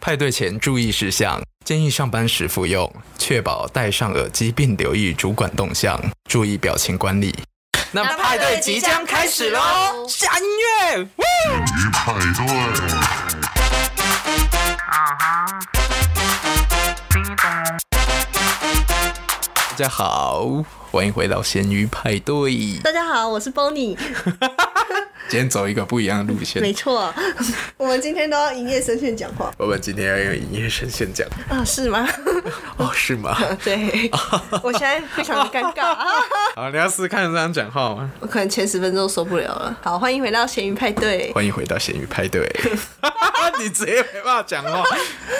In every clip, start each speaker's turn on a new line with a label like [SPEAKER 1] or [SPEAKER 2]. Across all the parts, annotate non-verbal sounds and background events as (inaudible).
[SPEAKER 1] 派对前注意事项：建议上班时服用，确保戴上耳机并留意主管动向，注意表情管理。那派对即将开始喽！下音乐。
[SPEAKER 2] 鱼派对，
[SPEAKER 1] 大家好，欢迎回到咸鱼派对。今
[SPEAKER 3] 大家好，我是 Bonnie，
[SPEAKER 1] 天走一个不一样的路
[SPEAKER 3] 没
[SPEAKER 1] 线。
[SPEAKER 3] 错，
[SPEAKER 4] (laughs) 我们今天都要营业声线讲话
[SPEAKER 1] 我们今天要用营业声线讲
[SPEAKER 4] 啊？是吗？
[SPEAKER 1] 哦，
[SPEAKER 3] (laughs)
[SPEAKER 1] 是吗？
[SPEAKER 4] (laughs) 对， (laughs) 我现在非常的尴尬啊！
[SPEAKER 1] 好，你要试试看这样讲话吗？
[SPEAKER 4] (laughs) 我可能前十分钟受不了了。好，欢迎回到咸鱼派对。
[SPEAKER 1] 欢迎回到咸鱼派对。 (laughs) 你直接没办法讲话。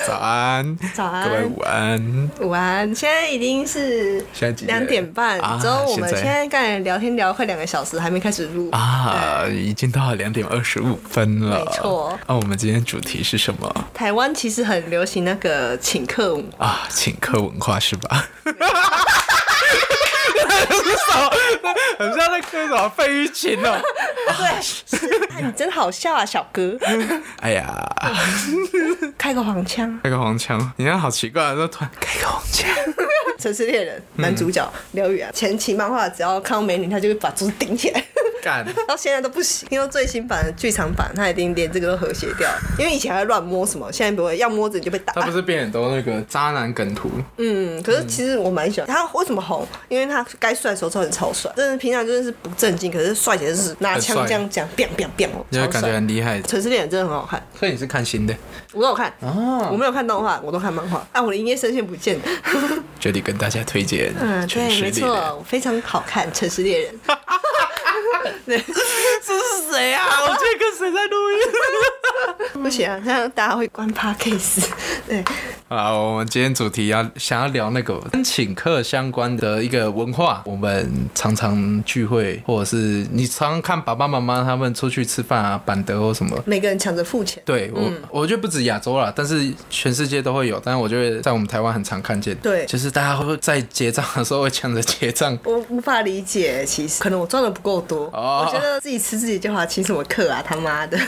[SPEAKER 1] 早安，
[SPEAKER 4] 早安
[SPEAKER 1] 各位午安。
[SPEAKER 4] 午安，现在已经是
[SPEAKER 1] 现在几点
[SPEAKER 4] 两点半
[SPEAKER 1] 啊，
[SPEAKER 4] 之后我们
[SPEAKER 1] 现在
[SPEAKER 4] 现在刚才聊天聊快两个小时，还没开始录。
[SPEAKER 1] 啊，已经到了两点二十五分了。
[SPEAKER 4] 没错
[SPEAKER 1] 那、我们今天主题是什么
[SPEAKER 4] 台湾其实很流行那个请客舞，
[SPEAKER 1] 啊？请客文化是 (laughs) 吧？很像那个什么费玉清哦。
[SPEAKER 4] (laughs) 啊你真好笑啊，小哥，
[SPEAKER 1] 哎呀，
[SPEAKER 4] 开个黄腔，
[SPEAKER 1] 开个黄腔，你看好奇怪，都突然开个黄腔。
[SPEAKER 4] 《城市猎人》
[SPEAKER 1] 嗯
[SPEAKER 4] 男主角刘宇啊，前期漫画只要看到美女，他就会把桌子顶起来。 (laughs)
[SPEAKER 1] 干，
[SPEAKER 4] 到现在都不行，因为最新版的剧场版，他已经连这个都和谐掉了。因为以前还乱摸什么，现在不会，要摸着你就被打
[SPEAKER 1] 哦他。不是变很多那个渣男梗图，
[SPEAKER 4] 嗯，可是其实我蛮喜欢他为什么红，因为他该帅的时候真的超帅，真的平常真的是不正经，可是帅起来就是拿枪这样讲，biang biang biang，
[SPEAKER 1] 就会
[SPEAKER 4] 超
[SPEAKER 1] 感觉
[SPEAKER 4] 帅。
[SPEAKER 1] 很厉害。
[SPEAKER 4] 城市猎人真的很好看，
[SPEAKER 1] 所以你是看新的
[SPEAKER 4] 我都有看，我
[SPEAKER 1] 哦，
[SPEAKER 4] 没有看动画，我都看漫画。啊，我的营业声线不见了。
[SPEAKER 1] 这里跟大家推荐
[SPEAKER 4] 嗯，
[SPEAKER 1] 《全
[SPEAKER 4] 对，
[SPEAKER 1] 是
[SPEAKER 4] 没
[SPEAKER 1] 力量》
[SPEAKER 4] 错，非常好看，《城市猎
[SPEAKER 1] (laughs)
[SPEAKER 4] 人》。对，
[SPEAKER 1] 这是谁啊？我今天跟谁在录音？
[SPEAKER 4] (laughs) 不行啊，这样大家会关 p a case。对， (laughs)
[SPEAKER 1] 啊，我们今天主题要想要聊那个跟请客相关的一个文化。我们常常聚会，或者是你常常看爸爸妈妈他们出去吃饭啊，板德或什么。
[SPEAKER 4] 每个人抢着付钱。
[SPEAKER 1] 对我，我觉得不止亚洲啦，但是全世界都会有。但是我觉得在我们台湾很常看见，
[SPEAKER 4] 对
[SPEAKER 1] 就是大家会在结账的时候会抢着结账。
[SPEAKER 4] 我无法理解，其实可能我赚的不够多，
[SPEAKER 1] 哦
[SPEAKER 4] 我觉得自己吃自己就好，请什么客啊，他妈的！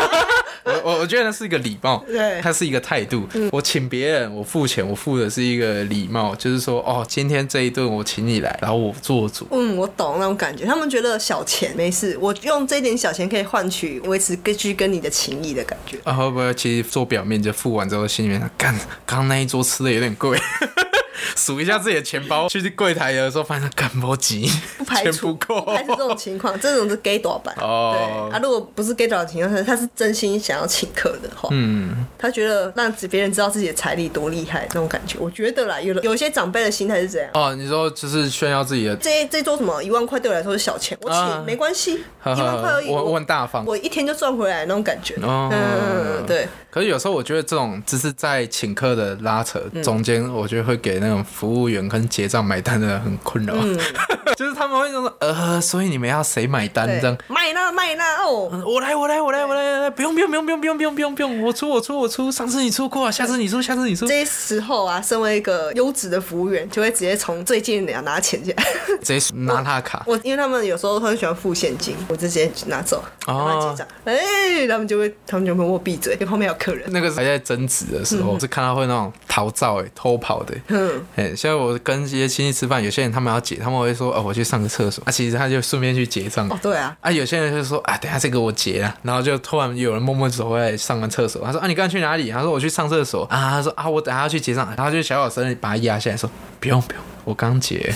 [SPEAKER 4] (laughs)
[SPEAKER 1] 我我我觉得那是一个礼貌，
[SPEAKER 4] 对嗯
[SPEAKER 1] 它是一个态度。我请别人，我付钱，我付的是一个礼貌，就是说，哦，今天这一顿我请你来，然后我做主。
[SPEAKER 4] 嗯，我懂那种感觉，他们觉得小钱没事，我用这点小钱可以换取维持继续跟你的情谊的感觉。
[SPEAKER 1] 啊，会不会其实做表面就付完之后，心里面想干，刚刚那一桌吃的有点贵， (laughs) 数一下自己的钱包，去柜台的时候发现干不及，
[SPEAKER 4] 不排
[SPEAKER 1] 钱
[SPEAKER 4] 除
[SPEAKER 1] 不够，
[SPEAKER 4] 还是这种情况，这种是 gay 短版。
[SPEAKER 1] 哦
[SPEAKER 4] 对啊，如果不是 gay 短的情况下，他是真心想要请客的话，
[SPEAKER 1] 嗯，
[SPEAKER 4] 他觉得让别人知道自己的财力多厉害那种感觉。我觉得啦，有的有些长辈的心态是这样。
[SPEAKER 1] 哦，你说就是炫耀自己的，
[SPEAKER 4] 这这桌什么一万块对我来说是小钱，我请、
[SPEAKER 1] 啊
[SPEAKER 4] 没关系，一
[SPEAKER 1] 呵
[SPEAKER 4] 万块
[SPEAKER 1] 呵
[SPEAKER 4] 而，已。
[SPEAKER 1] 我我很大方。
[SPEAKER 4] 我一天就赚回来那种感觉。
[SPEAKER 1] 哦
[SPEAKER 4] 嗯，对，
[SPEAKER 1] 可是有时候我觉得这种只是在请客的拉扯
[SPEAKER 4] 嗯
[SPEAKER 1] 中间，我觉得会给那种服务员跟结账买单的人很困扰，(laughs)
[SPEAKER 4] 嗯
[SPEAKER 1] 就是他们会说呃，所以你们要谁买单
[SPEAKER 4] 对
[SPEAKER 1] 这样。呃
[SPEAKER 4] 卖啦卖啦哦，
[SPEAKER 1] 我来，我来，我来，我来，我来，不用，不用，不用，不用，不用，不用，不用，不用，我出，我出，我出。上次你出过，下次你出，下次你出。直
[SPEAKER 4] 这时候啊，身为一个优质的服务员，就会直接从最近的拿钱去。
[SPEAKER 1] 接拿他卡，
[SPEAKER 4] (laughs) 我因为他们有时候很喜欢付现金，我就直接拿走，
[SPEAKER 1] 哦
[SPEAKER 4] 让他结账。哎、他们就会，他们就会问我闭嘴，因为后面有客人。
[SPEAKER 1] 那个还在争执的时候，是看到会那种逃灶、欸、偷跑的、
[SPEAKER 4] 嗯，
[SPEAKER 1] 哎、现在我跟一些亲戚吃饭，有些人他们要结，他们会说哦，我去上个厕所，啊，其实他就顺便去结账。
[SPEAKER 4] 哦，对啊，
[SPEAKER 1] 啊，有些人就说啊，等一下这个我结了，然后就突然有人默默走回来上完厕所，他说啊，你刚才去哪里？他说我去上厕所啊，他说啊，我等下要去结账，然后就小小声地把他压下来说不用不用，我刚结，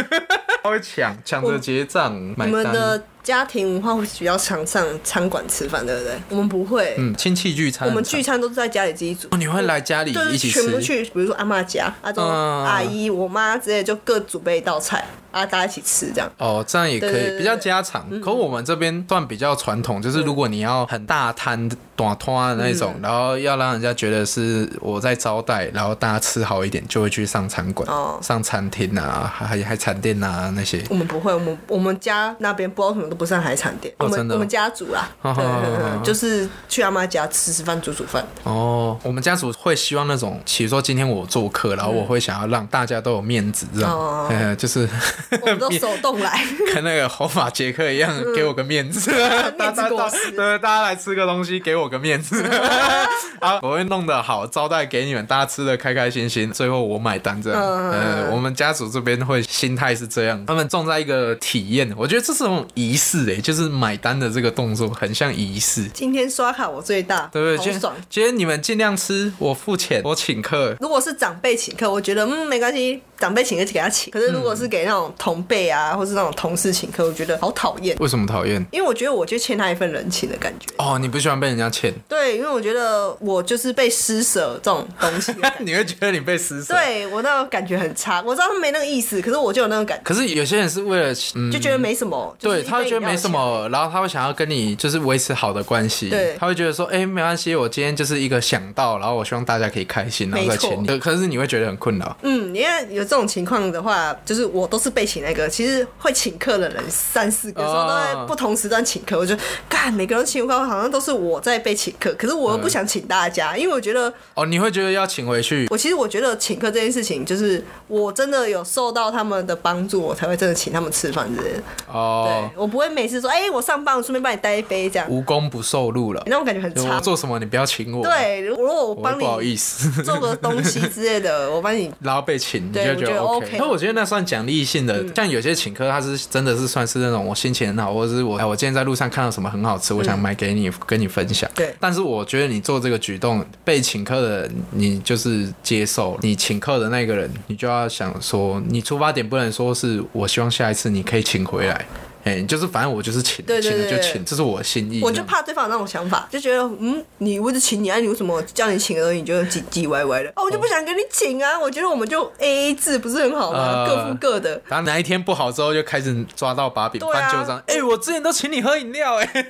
[SPEAKER 1] (laughs) 他会抢抢着结账买
[SPEAKER 4] 你们
[SPEAKER 1] 单，
[SPEAKER 4] 的家庭文化会比较常上餐馆吃饭，对不对？我们不会，
[SPEAKER 1] 嗯，亲戚聚餐，
[SPEAKER 4] 我们聚餐都是在家里自己煮。
[SPEAKER 1] 哦，你会来家里
[SPEAKER 4] 就
[SPEAKER 1] 一
[SPEAKER 4] 是
[SPEAKER 1] 起
[SPEAKER 4] 全部
[SPEAKER 1] 吃，
[SPEAKER 4] 去，比如说阿嬷家、阿中、
[SPEAKER 1] 嗯
[SPEAKER 4] 阿姨、我妈之类，就各准备一道菜，啊，大家一起吃这样。
[SPEAKER 1] 哦，这样也可
[SPEAKER 4] 对对
[SPEAKER 1] 以，
[SPEAKER 4] 对嗯
[SPEAKER 1] 比较家常。可我们这边算比较传统，就是如果你要很大摊、短摊的那
[SPEAKER 4] 嗯
[SPEAKER 1] 种，然后要让人家觉得是我在招待，然后大家吃好一点，就会去上餐馆、
[SPEAKER 4] 哦
[SPEAKER 1] 上餐厅啊，还还餐店啊那些。
[SPEAKER 4] 我们不会，我们我们家那边不知道为什么都不上海产店，
[SPEAKER 1] 哦
[SPEAKER 4] 我
[SPEAKER 1] 真
[SPEAKER 4] 们
[SPEAKER 1] 的哦
[SPEAKER 4] 我们家族啦，对，嗯嗯就是去阿妈家吃吃饭、煮煮饭。
[SPEAKER 1] 哦，我们家族会希望那种，比如说今天我做客，然后我会想要让大家都有面子，这样，
[SPEAKER 4] 嗯哦
[SPEAKER 1] 呃， (laughs) 就是
[SPEAKER 4] 我
[SPEAKER 1] (laughs)
[SPEAKER 4] 们都手动来，
[SPEAKER 1] 跟那个红发杰克一样，给我个面
[SPEAKER 4] (laughs)
[SPEAKER 1] 子，大家
[SPEAKER 4] 嗯果
[SPEAKER 1] 大
[SPEAKER 4] 实
[SPEAKER 1] 对，大家来吃个东西，给我个面
[SPEAKER 4] (laughs)
[SPEAKER 1] 子，啊，我会弄得好，招待给你们，大家吃的开开心心，最后我买单这样。
[SPEAKER 4] 嗯
[SPEAKER 1] 呃，我们家族这边会心态是这样，他们重在一个体验，我觉得这是种仪式诶、就是买单的这个动作很像仪式，
[SPEAKER 4] 今天刷卡我最大，
[SPEAKER 1] 对不对？
[SPEAKER 4] 好
[SPEAKER 1] 今天
[SPEAKER 4] 爽。
[SPEAKER 1] 今天你们尽量吃，我付钱，我请客，
[SPEAKER 4] 如果是长辈请客，我觉得嗯没关系，长辈请客就给他请。可是如果是给那种同辈啊，或是那种同事请客，我觉得好讨厌，
[SPEAKER 1] 为什么讨厌？
[SPEAKER 4] 因为我觉得我就欠他一份人情的感觉。
[SPEAKER 1] 哦，你不喜欢被人家
[SPEAKER 4] (laughs)
[SPEAKER 1] 欠，
[SPEAKER 4] 对，因为我觉得我就是被施舍这种东西的
[SPEAKER 1] (laughs)
[SPEAKER 4] 感觉。
[SPEAKER 1] 你会觉得你被施舍。。
[SPEAKER 4] 对我那种感觉很差，我知道他们没那个意思，可是我就有那种感觉，
[SPEAKER 1] 可是有些人是为了，嗯，
[SPEAKER 4] 就觉得没什么。就是
[SPEAKER 1] 对
[SPEAKER 4] 一杯
[SPEAKER 1] 他会觉得没什
[SPEAKER 4] 饮料
[SPEAKER 1] 么，然后他会想要跟你就是维持好的关系，
[SPEAKER 4] 对
[SPEAKER 1] 他会觉得说，哎、没关系，我今天就是一个想到，然后我希望大家可以开心，然后再
[SPEAKER 4] 没错
[SPEAKER 1] 请你。可可是你会觉得很困扰，
[SPEAKER 4] 钱。嗯，因为有这种情况的话，就是我都是被请那个，其实会请客的人三四个，有时候都
[SPEAKER 1] 哦
[SPEAKER 4] 在不同时段请客，我就干每个人请客，好像都是我在被请客，可是我又不想请大家，因为我觉得
[SPEAKER 1] 哦，你会觉得要请回去，
[SPEAKER 4] 我其实我觉得请客这件事情，就是我真的有受到他们的帮助，我才会真的请他们吃饭之类的。
[SPEAKER 1] 哦
[SPEAKER 4] 对，，我不会每次说，哎、我上班，我顺便帮你带一杯这样，
[SPEAKER 1] 无功不受禄了，
[SPEAKER 4] 那种感觉很
[SPEAKER 1] 就
[SPEAKER 4] 差
[SPEAKER 1] 我。做什么你不要请我，，
[SPEAKER 4] 对，如果我
[SPEAKER 1] 我会
[SPEAKER 4] 帮
[SPEAKER 1] 不好
[SPEAKER 4] 你
[SPEAKER 1] 意思，
[SPEAKER 4] 做个东西之类的，我帮你。
[SPEAKER 1] 然后被请，你就觉
[SPEAKER 4] 对我觉
[SPEAKER 1] 得
[SPEAKER 4] 得
[SPEAKER 1] OK。
[SPEAKER 4] OK 嗯
[SPEAKER 1] 那我觉得那算奖励性的，像有些请客，他是真的是算是那种我心情很好，或者是我哎我今天在路上看到什么很好吃，我想买给你跟你分享。
[SPEAKER 4] 嗯对
[SPEAKER 1] 但是我觉得你做这个举动被请客的，你就是接受你请客的那个人，你就要想说，你出发点不能说是我希望下一次你可以请回来。哎、就是反正我就是请，
[SPEAKER 4] 哦对对
[SPEAKER 1] 请了就
[SPEAKER 4] 对
[SPEAKER 1] 请，这是我的心意。
[SPEAKER 4] 我
[SPEAKER 1] 这
[SPEAKER 4] 就
[SPEAKER 1] 样
[SPEAKER 4] 怕对方有那种想法，就觉得嗯，你我就请你啊，你为什么叫你请的东西你就唧唧歪歪的？啊，我
[SPEAKER 1] 哦
[SPEAKER 4] 就不想跟你请啊，我觉得我们就 A A 制不是很好吗？
[SPEAKER 1] 呃
[SPEAKER 4] 各付各的。
[SPEAKER 1] 然后哪一天不好之后，就开始抓到把柄，
[SPEAKER 4] 对啊
[SPEAKER 1] 翻旧账。哎、我之前都请你喝饮料、哎。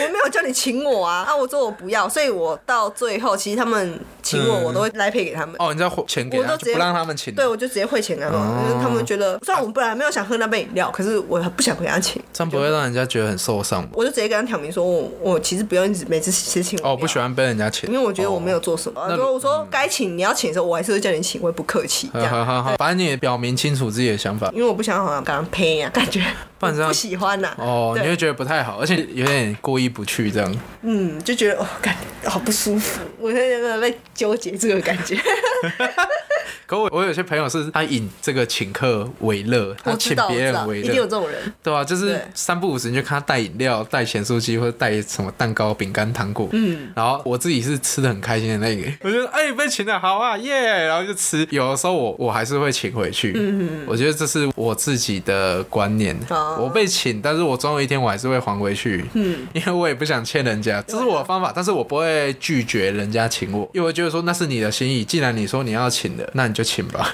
[SPEAKER 4] 我没有叫你请我啊，啊，我说我不要，所以我到最后其实他们请我，
[SPEAKER 1] 嗯
[SPEAKER 4] 我都会来赔给他们。
[SPEAKER 1] 哦，你再汇钱给
[SPEAKER 4] 我
[SPEAKER 1] 他，
[SPEAKER 4] 都直
[SPEAKER 1] 就
[SPEAKER 4] 接
[SPEAKER 1] 不让他们请。
[SPEAKER 4] 对，我就直接汇钱给他们，
[SPEAKER 1] 哦
[SPEAKER 4] 因为他们觉得，虽然我本来没有想喝那杯饮料，可是我不想跟他请，
[SPEAKER 1] 这样不会让人家觉得很受伤吗？
[SPEAKER 4] 我就直接跟他挑明说，我我其实不用一直每次吃请我
[SPEAKER 1] 哦，不喜欢被人家请，
[SPEAKER 4] 啊因为我觉得我没有做什么。
[SPEAKER 1] 那嗯
[SPEAKER 4] 如果我说该请你要请的时候，我还是会叫你请，我也不客气这
[SPEAKER 1] 哦。好
[SPEAKER 4] 样。
[SPEAKER 1] 好好，反正你也表明清楚自己的想法。
[SPEAKER 4] 因为我不想好像刚刚呸
[SPEAKER 1] (laughs)
[SPEAKER 4] 呀，感觉
[SPEAKER 1] 不然这样
[SPEAKER 4] 不喜欢呐、
[SPEAKER 1] 哦，你会
[SPEAKER 4] 对，
[SPEAKER 1] 觉得不太好，而且有点过意不去这样。
[SPEAKER 4] 嗯，就觉得哦，感好不舒服，我在那个被纠结这个感觉。
[SPEAKER 1] 可我我有些朋友是他以这个请客为乐， (laughs) 他
[SPEAKER 4] 我
[SPEAKER 1] 请
[SPEAKER 4] 知道，我
[SPEAKER 1] 别
[SPEAKER 4] 知
[SPEAKER 1] 人
[SPEAKER 4] 道，
[SPEAKER 1] 为
[SPEAKER 4] 一定有
[SPEAKER 1] 乐
[SPEAKER 4] 这，种人。
[SPEAKER 1] 对吧、就是
[SPEAKER 4] 对
[SPEAKER 1] 三不五时你就看他带饮料、带咸酥鸡或者带什么蛋糕、饼干、糖果。嗯，然后我自己是吃的很开心的那个，我觉得哎被请了好啊耶然后就吃。有的时候我我还是会请回去。嗯，我觉得这是我自己的观念。
[SPEAKER 4] 哦
[SPEAKER 1] 我被请，但是我总有一天我还是会还回去。嗯，因为我也不想欠人家，这是我的方法，但是我不会拒绝人家请我，因为我觉得说那是你的心意，既然你说你要请的，那你就请吧。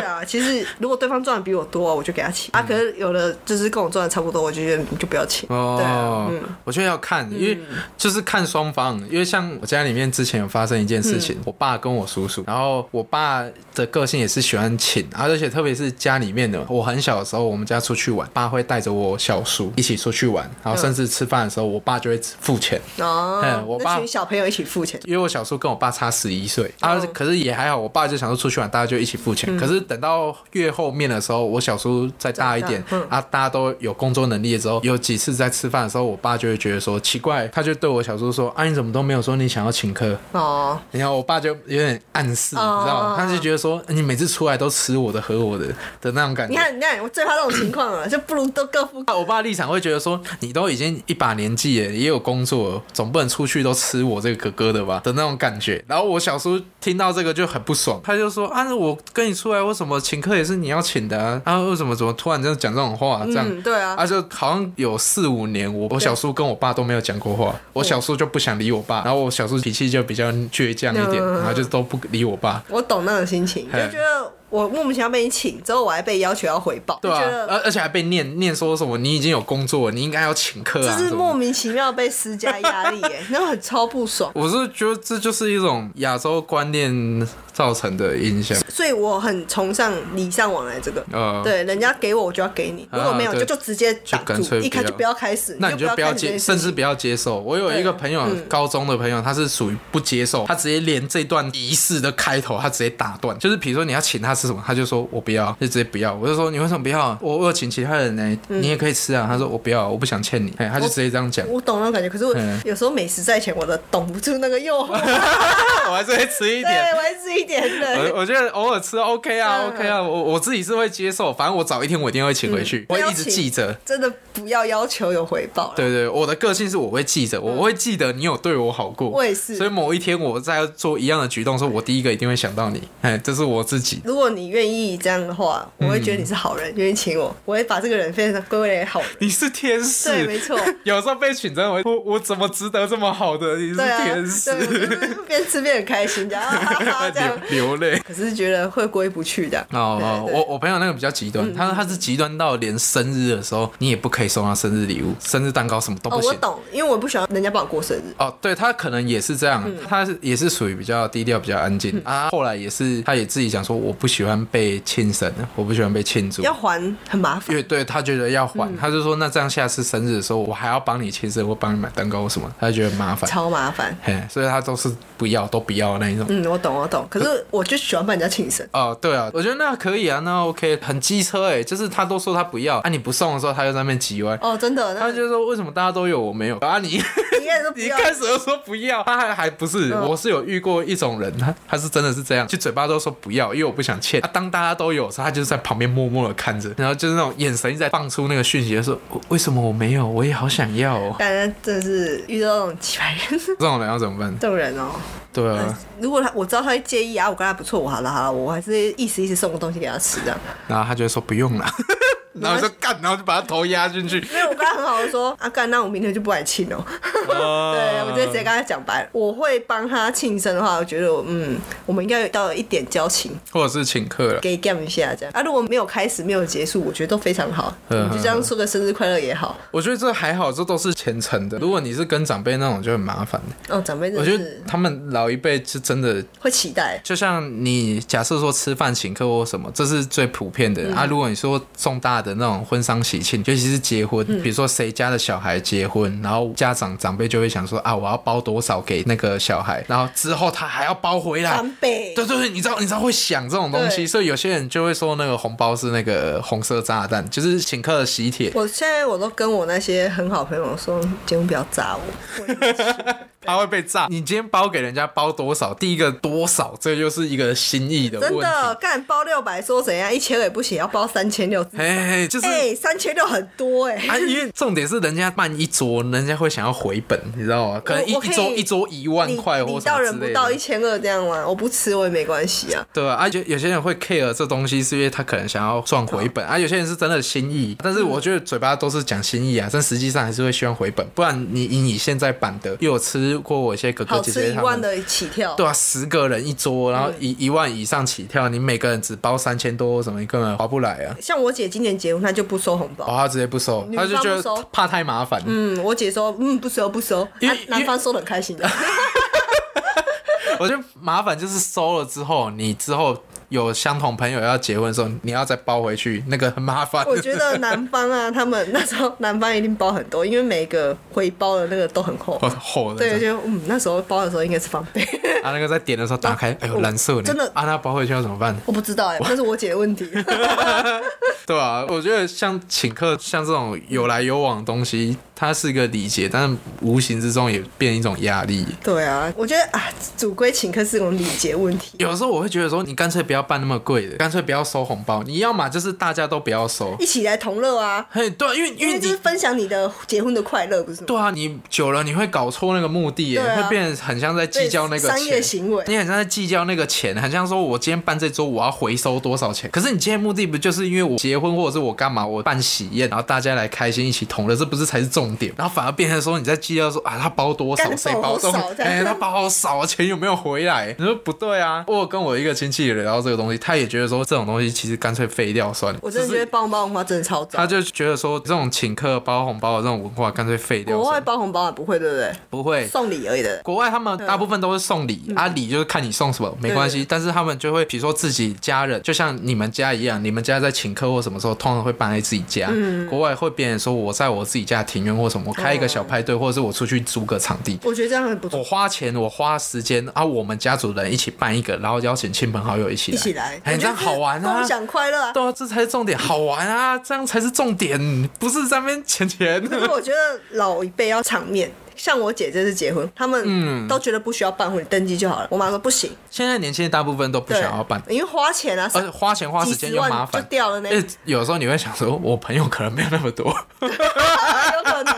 [SPEAKER 1] (laughs)
[SPEAKER 4] 啊，其实如果对方赚的比我多，我就给他请
[SPEAKER 1] 嗯
[SPEAKER 4] 啊。可是有的就是跟我赚的差不多，我就觉得你嗯就不要请。对啊，
[SPEAKER 1] 哦，
[SPEAKER 4] 嗯，
[SPEAKER 1] 我觉得要看，因为就是看双方，因为像我家里面之前有发生一件事情，
[SPEAKER 4] 嗯
[SPEAKER 1] 我爸跟我叔叔，然后我爸的个性也是喜欢请，啊而且特别是家里面的，我很小的时候，我们家出去玩，爸会带着我小叔一起出去玩，然
[SPEAKER 4] 嗯
[SPEAKER 1] 后甚至吃饭的时候，我爸就会付钱。
[SPEAKER 4] 哦
[SPEAKER 1] 嗯，我爸
[SPEAKER 4] 那群小朋友一起付钱，
[SPEAKER 1] 因为我小叔跟我爸差十一岁
[SPEAKER 4] 哦
[SPEAKER 1] 啊，可是也还好，我爸就想说出去玩，大家就一起付
[SPEAKER 4] 嗯
[SPEAKER 1] 钱。可是等到越后面的时候，我小叔再大一点、
[SPEAKER 4] 长大嗯
[SPEAKER 1] 啊，大家都有工作能力的时候，有几次在吃饭的时候，我爸就会觉得说奇怪，他就对我小叔说啊，你怎么都没有说你想要请客？
[SPEAKER 4] 哦，
[SPEAKER 1] 然后我爸就有点暗示，你知道吗？
[SPEAKER 4] 哦
[SPEAKER 1] 他就觉得说你每次出来都吃我的喝我的的那种感觉。
[SPEAKER 4] 你看，你看，我最怕这种情况了，就不如都各付各。
[SPEAKER 1] 我爸立场会觉得说，你都已经一把年纪了，也有工作了，总不能出去都吃我这个哥哥的吧的那种感觉。然后我小叔听到这个就很不爽，他就说啊，我跟你出来，为什么请客也是你要请的啊？啊，为什么怎么突然就讲这种话、这样？
[SPEAKER 4] 嗯，对啊，嗯
[SPEAKER 1] 啊，就好像有四五年，我我小叔跟我爸都没有讲过话，我小叔就不想理我爸，然后我小叔脾气就比较倔强一点，
[SPEAKER 4] 嗯
[SPEAKER 1] 然后就都不理我爸。
[SPEAKER 4] 我懂那种心情，就
[SPEAKER 1] 嘿
[SPEAKER 4] 觉得我莫名其妙被你请，之后我还被要求要回报，
[SPEAKER 1] 对
[SPEAKER 4] 就
[SPEAKER 1] 啊
[SPEAKER 4] 觉，得
[SPEAKER 1] 而而且还被念念说什么你已经有工作了，你应该要请客
[SPEAKER 4] 这
[SPEAKER 1] 啊，
[SPEAKER 4] 是
[SPEAKER 1] 什么
[SPEAKER 4] 莫
[SPEAKER 1] 的
[SPEAKER 4] 名其妙被
[SPEAKER 1] (laughs)
[SPEAKER 4] 施加压力耶，那种很超不爽。
[SPEAKER 1] 我是觉得这就是一种亚洲观念造成的影响。
[SPEAKER 4] 所以我很崇尚礼尚往来这个。
[SPEAKER 1] 呃，
[SPEAKER 4] 对，人家给我我就要给你，
[SPEAKER 1] 啊
[SPEAKER 4] 如果没有
[SPEAKER 1] 对
[SPEAKER 4] 就就直接挡
[SPEAKER 1] 就干
[SPEAKER 4] 住，
[SPEAKER 1] 脆
[SPEAKER 4] 一开
[SPEAKER 1] 不
[SPEAKER 4] 就
[SPEAKER 1] 要
[SPEAKER 4] 不要开始，
[SPEAKER 1] 那你
[SPEAKER 4] 就
[SPEAKER 1] 就不要
[SPEAKER 4] 开始这
[SPEAKER 1] 接，
[SPEAKER 4] 件事
[SPEAKER 1] 甚至不要接受。我有一个朋友，
[SPEAKER 4] 嗯
[SPEAKER 1] 高中的朋友，他是属于不接受，他直接连这段仪式的开头，他直接打断。就是比如说你要请他吃什么，他就说我不要，就直接不要。我就说你为什么不要？我我有请其他人呢、你也可以吃啊。他说我不要，我不想欠你。哎，他就直接这样讲。
[SPEAKER 4] 嗯我懂那种感觉，可是我
[SPEAKER 1] 嗯
[SPEAKER 4] 有时候美食在前，我都挡不住那个诱惑，
[SPEAKER 1] 我还是会吃 (laughs) 一
[SPEAKER 4] 对，
[SPEAKER 1] 点。哎哦
[SPEAKER 4] 我还是一点的。
[SPEAKER 1] 我我觉得偶尔吃 OK 啊
[SPEAKER 4] 嗯
[SPEAKER 1] ，OK 啊，我我自己是会接受，反正我早一天我一定会请回去，我
[SPEAKER 4] 嗯不
[SPEAKER 1] 会
[SPEAKER 4] 要
[SPEAKER 1] 一直
[SPEAKER 4] 请
[SPEAKER 1] 记着。
[SPEAKER 4] 真的不要要求有回报啦，
[SPEAKER 1] 对对，我的个性是我会记着，我会记得你有对我好过。
[SPEAKER 4] 嗯我也是
[SPEAKER 1] 所以某一天我在做一样的举动的时候，我第一个一定会想到你。哎，这是我自己。
[SPEAKER 4] 如果你愿意这样的话，我会觉得你是好人，愿、意请我，我会把这个人变成归为好人。
[SPEAKER 1] 你嗯是天使，
[SPEAKER 4] 对，没。错，
[SPEAKER 1] 有时候被选中，我我我怎么值得这么好的？ (laughs) 你是
[SPEAKER 4] 对啊，
[SPEAKER 1] 天
[SPEAKER 4] 对，我
[SPEAKER 1] 使，，
[SPEAKER 4] 就是边吃边很开心，这样、啊啊啊、这样
[SPEAKER 1] (laughs) 流流泪。
[SPEAKER 4] 可是觉得会归不去的。
[SPEAKER 1] 哦哦，
[SPEAKER 4] 对对嗯
[SPEAKER 1] 我我朋友那个比较极端，他他是极端到连生日的时候，你也不可以送他生日礼物，生日蛋糕什么都
[SPEAKER 4] 哦
[SPEAKER 1] 不，
[SPEAKER 4] 我
[SPEAKER 1] 行。
[SPEAKER 4] 懂，因为我不喜欢人家帮我过生日。
[SPEAKER 1] 哦，对他可能也是这样，
[SPEAKER 4] 嗯
[SPEAKER 1] 他是也是属于比较低调、比较安静、啊。后来也是，他也自己讲说，我不喜欢被庆生，我不喜欢被庆祝。
[SPEAKER 4] 要还很麻烦，
[SPEAKER 1] 乐队他觉得要还，
[SPEAKER 4] 嗯
[SPEAKER 1] 他就说那这样下次生日的时候，我还要帮你庆生，我帮你买蛋糕什么，他就觉得很麻烦，
[SPEAKER 4] 超麻烦。
[SPEAKER 1] 嘿，所以他都是不要，都不要那一种。
[SPEAKER 4] 嗯，我懂，我懂。可是我就喜欢帮人家庆生，
[SPEAKER 1] 哦，对啊，我觉得那可以啊，那 OK，很机车哎、就是他都说他不要，啊你不送的时候，他就在那边急歪，
[SPEAKER 4] 哦，真的，那
[SPEAKER 1] 他就说为什么大家都有我没有啊你？
[SPEAKER 4] 你也是
[SPEAKER 1] (laughs)
[SPEAKER 4] 不
[SPEAKER 1] 你一
[SPEAKER 4] 要。嗯
[SPEAKER 1] 开始就说不要，他还还不是，我是有遇过一种人，他他是真的是这样，就嘴巴都说不要，因为我不想欠。啊、当大家都有的时候，他就是在旁边默默的看着，然后就是那种眼神一直在放出那个讯息，就说我为什么我没有，我也好想要
[SPEAKER 4] (laughs)
[SPEAKER 1] 哦。
[SPEAKER 4] 感觉真的是遇到那种几百人
[SPEAKER 1] 这种人要怎么办？
[SPEAKER 4] 这种人 (laughs) 哦、
[SPEAKER 1] 对啊，
[SPEAKER 4] 如果他我知道他会介意啊，我跟他不错，我好了好了，我还是意思意思送个东西给他吃这 (laughs) 样。
[SPEAKER 1] 然后他就会说不用了， (laughs) 然后就干，然后就把他头压进
[SPEAKER 4] (laughs)
[SPEAKER 1] 去。
[SPEAKER 4] 因为我跟他很好的说，啊干，那我明天就不来庆 (laughs) 哦。对，
[SPEAKER 1] 对
[SPEAKER 4] 我就直接跟他讲白了，我会帮他庆生的话，我觉得我嗯，我们应该有到一点交情，
[SPEAKER 1] 或者是请客了。
[SPEAKER 4] 给 gam 一下这样。啊，如果没有开始，没有结束，我觉得都非常好，
[SPEAKER 1] 嗯
[SPEAKER 4] 你就这样说个生日快乐也好。
[SPEAKER 1] 我觉得这还好，这都是虔诚的。如果你是跟长辈那种，就很麻烦。
[SPEAKER 4] 哦，长辈真
[SPEAKER 1] 我
[SPEAKER 4] 的
[SPEAKER 1] 觉得
[SPEAKER 4] 是
[SPEAKER 1] 他们老一辈是真的
[SPEAKER 4] 会期待，
[SPEAKER 1] 就像你假设说吃饭请客或什么，这是最普遍的、
[SPEAKER 4] 嗯
[SPEAKER 1] 啊。如果你说重大的那种婚丧喜庆，尤其是结婚，
[SPEAKER 4] 嗯
[SPEAKER 1] 比如说谁家的小孩结婚，然后家长长辈就会想说啊，我要包多少给那个小孩，然后之后他还要包回来。
[SPEAKER 4] 翻倍。
[SPEAKER 1] 对对对，你知道你知道会想这种东西，
[SPEAKER 4] 对
[SPEAKER 1] 所以有些人就会说那个红包是那个红色炸弹，就是请客的喜帖，
[SPEAKER 4] 我现在我都跟我那些很好朋友说，节目不要
[SPEAKER 1] (laughs)
[SPEAKER 4] 炸我。
[SPEAKER 1] 它会被炸。你今天包给人家包多少？第一个多少，这就是一个心意的问
[SPEAKER 4] 真
[SPEAKER 1] 题。
[SPEAKER 4] 的，干包六百说怎样，一千也不行，要包三
[SPEAKER 1] (laughs)
[SPEAKER 4] 千六。
[SPEAKER 1] 嘿嘿，就是
[SPEAKER 4] 哎，三千六很多哎、
[SPEAKER 1] (laughs) 啊，因为重点是人家办一桌，人家会想要回本，你知道吗？可能一
[SPEAKER 4] 我可以
[SPEAKER 1] 一桌一桌一万
[SPEAKER 4] 你
[SPEAKER 1] 块
[SPEAKER 4] 你
[SPEAKER 1] 或什
[SPEAKER 4] 到
[SPEAKER 1] 么之
[SPEAKER 4] 人不
[SPEAKER 1] 类
[SPEAKER 4] 到一
[SPEAKER 1] 的。
[SPEAKER 4] 千二这样吗？我不吃我也没关系啊。
[SPEAKER 1] 对啊，啊有有些人会 care 这东西，是因为他可能想要赚回
[SPEAKER 4] 嗯
[SPEAKER 1] 本啊。有些人是真的心意，啊但是我觉得嘴巴都是讲心意啊，但实际上还是会希望回
[SPEAKER 4] 嗯
[SPEAKER 1] 本。不然你以你现在版的，因为我吃过我一些哥哥
[SPEAKER 4] 好
[SPEAKER 1] 姐
[SPEAKER 4] 吃
[SPEAKER 1] 姐
[SPEAKER 4] 一
[SPEAKER 1] 他
[SPEAKER 4] 万
[SPEAKER 1] 们，
[SPEAKER 4] 的嗯起跳，
[SPEAKER 1] 对啊，十个人一桌，然后一一万以上起跳，你每个人只包三千多，什么你根本划不来啊。
[SPEAKER 4] 像我姐今年结婚，她就不收红包。
[SPEAKER 1] 哦，他直接不收，
[SPEAKER 4] 女
[SPEAKER 1] 他就
[SPEAKER 4] 方
[SPEAKER 1] 觉
[SPEAKER 4] 不收
[SPEAKER 1] 得怕太麻烦。
[SPEAKER 4] 嗯，我姐说，嗯，不收不收，
[SPEAKER 1] 因
[SPEAKER 4] 啊
[SPEAKER 1] 为因为
[SPEAKER 4] 男方收的很开心的，
[SPEAKER 1] 我觉得麻烦就是收了之后，你之后有相同朋友要结婚的时候，你要再包回去，那个很麻烦。。
[SPEAKER 4] (laughs) 我觉得男方啊，他们那时候男方一定包很多，因为每一个回包的那个都很厚
[SPEAKER 1] 厚哦的，
[SPEAKER 4] 对，就嗯，那时候包的时候应该是翻
[SPEAKER 1] (laughs)
[SPEAKER 4] 倍，
[SPEAKER 1] 啊，那个在点的时候打开，哎呦，蓝色呢
[SPEAKER 4] 真的
[SPEAKER 1] 啊，那包回去要怎么办？
[SPEAKER 4] 我不知道哎、那是我姐的
[SPEAKER 1] (laughs)
[SPEAKER 4] 问题。
[SPEAKER 1] 对啊，我觉得像请客，像这种有来有往的东西，它是一个理解，但是无形之中也变一种压力。
[SPEAKER 4] 对啊，我觉得啊，主归请客是种礼节问题，
[SPEAKER 1] 有时候我会觉得说，你干脆不要办那么贵的，干脆不要收红包。你要嘛就是大家都不要收，
[SPEAKER 4] 一起来同乐啊，
[SPEAKER 1] 嘿，对啊、因为因
[SPEAKER 4] 因
[SPEAKER 1] 为
[SPEAKER 4] 为就是
[SPEAKER 1] 你
[SPEAKER 4] 分享你的结婚的快乐，不是吗？
[SPEAKER 1] 对啊，你久了你会搞错那个目的耶，
[SPEAKER 4] 对啊
[SPEAKER 1] 会变得很像在计较那个
[SPEAKER 4] 对商业
[SPEAKER 1] 钱。
[SPEAKER 4] 行为，
[SPEAKER 1] 你很像在计较那个钱，很像说我今天办这桌我要回收多少钱。可是你今天目的不就是因为我结婚或者是我干嘛，我办喜宴，然后大家来开心一起同乐，这不是才是重点？然后反而变成说你在计较说啊他包多少，
[SPEAKER 4] 干
[SPEAKER 1] 谁包
[SPEAKER 4] 包
[SPEAKER 1] 多
[SPEAKER 4] 好
[SPEAKER 1] 少
[SPEAKER 4] 少，这样
[SPEAKER 1] 哎、他包好少啊，钱有没有回来？你说不对啊！我有跟我一个亲戚聊到这这个东西，他也觉得说这种东西其实干脆废掉算了。
[SPEAKER 4] 我真的觉得包红包文化真的超
[SPEAKER 1] 他
[SPEAKER 4] 糟。
[SPEAKER 1] 就觉得说这种请客包红包的这种文化干脆废掉
[SPEAKER 4] 国外
[SPEAKER 1] 算了，
[SPEAKER 4] 包红包啊，不会对不对？
[SPEAKER 1] 不会。
[SPEAKER 4] 送礼而已的。
[SPEAKER 1] 国外他们大部分都是送
[SPEAKER 4] 嗯
[SPEAKER 1] 礼，啊礼就是看你送什么没关系，但是他们就会比如说自己家人，就像你们家一样，你们家在请客或什么时候，通常会办在自己家。
[SPEAKER 4] 嗯
[SPEAKER 1] 国外会别人说我在我自己家庭院或什么，我开一个小派对，或者是我出去租个场地，
[SPEAKER 4] 我觉得这样很不
[SPEAKER 1] 我
[SPEAKER 4] 错。
[SPEAKER 1] 花钱，我花时间啊，我们家族人一起办一个，然后邀请亲朋好友一起
[SPEAKER 4] 一起来，
[SPEAKER 1] 哎，这样好玩啊
[SPEAKER 4] 共！享快乐啊！
[SPEAKER 1] 对啊，这才是重点，好玩啊，这样才是重点，不是在那边钱
[SPEAKER 4] (laughs)
[SPEAKER 1] 钱。
[SPEAKER 4] 可是我觉得老一辈要场面，像我姐这次结婚，他
[SPEAKER 1] 嗯
[SPEAKER 4] 们都觉得不需要办婚礼，登记就好了。我妈说不行，
[SPEAKER 1] 现在年轻人大部分都不
[SPEAKER 4] 对，
[SPEAKER 1] 想要办，
[SPEAKER 4] 因为花钱啊，
[SPEAKER 1] 而且花钱花时间又麻
[SPEAKER 4] 几十万
[SPEAKER 1] 烦，
[SPEAKER 4] 就掉了
[SPEAKER 1] (laughs)
[SPEAKER 4] 呢
[SPEAKER 1] 而且有时候你会想说，我朋友可能没有那么多， (laughs)
[SPEAKER 4] 啊有可能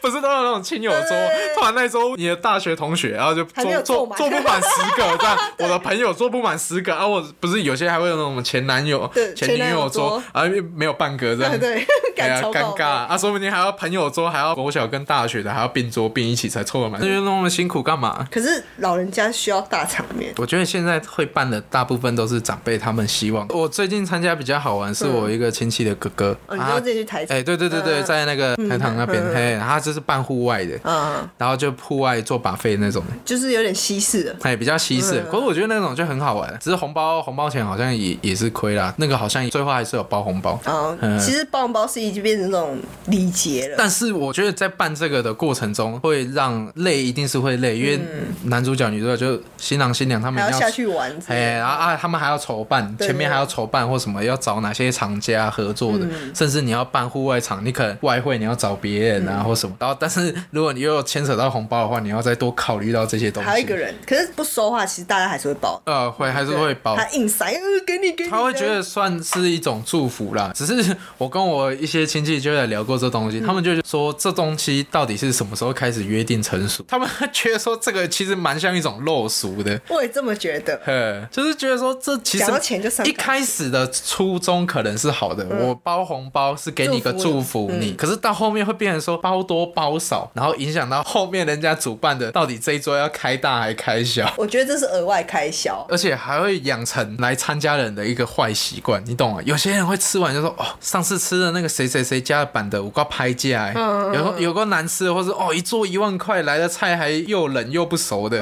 [SPEAKER 1] 不是都有那种亲友桌
[SPEAKER 4] 对，
[SPEAKER 1] 突然那周你的大学同学，然后就
[SPEAKER 4] 还没有
[SPEAKER 1] 坐坐
[SPEAKER 4] 坐
[SPEAKER 1] 坐
[SPEAKER 4] 满
[SPEAKER 1] 不满十
[SPEAKER 4] (laughs)
[SPEAKER 1] 个，这样我的朋友坐不满十个，啊，我不是有些还会有那种前男友
[SPEAKER 4] 对、
[SPEAKER 1] 前女
[SPEAKER 4] 前男
[SPEAKER 1] 友
[SPEAKER 4] 友
[SPEAKER 1] 桌
[SPEAKER 4] 桌，
[SPEAKER 1] 啊，没有半个这样，
[SPEAKER 4] 啊 (laughs) 对
[SPEAKER 1] 哎
[SPEAKER 4] 感
[SPEAKER 1] 呀，
[SPEAKER 4] 超
[SPEAKER 1] 尴
[SPEAKER 4] 爆
[SPEAKER 1] 尬啊！说不定还要朋友桌，还要国小跟大学的，还要并桌并一起才凑得满，那就那么辛苦干嘛？
[SPEAKER 4] 可是老人家需要大场面，
[SPEAKER 1] 我觉得现在会办的大部分都是长辈他们希望。我最近参加比较好玩，是我一个亲戚的哥哥，
[SPEAKER 4] 嗯哦，你说这句台词，
[SPEAKER 1] 哎、对对对对，
[SPEAKER 4] 嗯
[SPEAKER 1] 在那个台糖那边，嘿，他就是办户外的，
[SPEAKER 4] 嗯，
[SPEAKER 1] 然后就户外做把费那种，
[SPEAKER 4] 就是有点西式的，
[SPEAKER 1] 哎，比较西
[SPEAKER 4] 嗯
[SPEAKER 1] 式。可是我觉得那种就很好玩，只是红包红包钱好像也也是亏啦，那个好像最后还是有包红包。
[SPEAKER 4] 哦，其实包红包是已经变成这种礼节了。
[SPEAKER 1] 嗯但是我觉得在办这个的过程中，会让累，一定是会累，因为男主角、女主角就新郎新娘他们
[SPEAKER 4] 嗯还要
[SPEAKER 1] 要
[SPEAKER 4] 下去玩之类的，
[SPEAKER 1] 哎，然后啊，他们还要筹办，
[SPEAKER 4] 对
[SPEAKER 1] 前面还要筹办或什么，要找哪些厂家合作的，
[SPEAKER 4] 嗯
[SPEAKER 1] 甚至你要办户外场，你可能外汇你要找别人
[SPEAKER 4] 嗯
[SPEAKER 1] 啊、或什么。然后，但是如果你又有牵扯到红包的话，你要再多考虑到这些东西。
[SPEAKER 4] 还有一个，人，可是不收的话，其实大家还是会包，
[SPEAKER 1] 呃，会还是会包。
[SPEAKER 4] 他硬塞，呃，给你给你，
[SPEAKER 1] 他会觉得算是一种祝福啦，只是我跟我一些亲戚就在聊过这东西，
[SPEAKER 4] 嗯
[SPEAKER 1] 他们就说这东西到底是什么时候开始约定成熟？他们 (laughs) 觉得说这个其实蛮像一种陋俗的，
[SPEAKER 4] 我也这么觉得，
[SPEAKER 1] 呵，
[SPEAKER 4] (laughs)
[SPEAKER 1] 就是觉得说这其实
[SPEAKER 4] 讲到钱就伤
[SPEAKER 1] 一
[SPEAKER 4] 感
[SPEAKER 1] 开始的初衷可能是好的，我包红包是给你一个祝福
[SPEAKER 4] 祝福嗯
[SPEAKER 1] 你，
[SPEAKER 4] 你
[SPEAKER 1] 可是到后面会变成说包多包少，然后影响到后面人家主办的到底这一桌要开大还开小。
[SPEAKER 4] 我觉得这是额外开销。
[SPEAKER 1] 而且还会养成来参加人的一个坏习惯，你懂吗？有些人会吃完就说：“哦，上次吃的那个谁谁谁家的版的，我告拍价、欸，有有个难吃的，或是哦一做一万块来的菜还又冷又不熟的，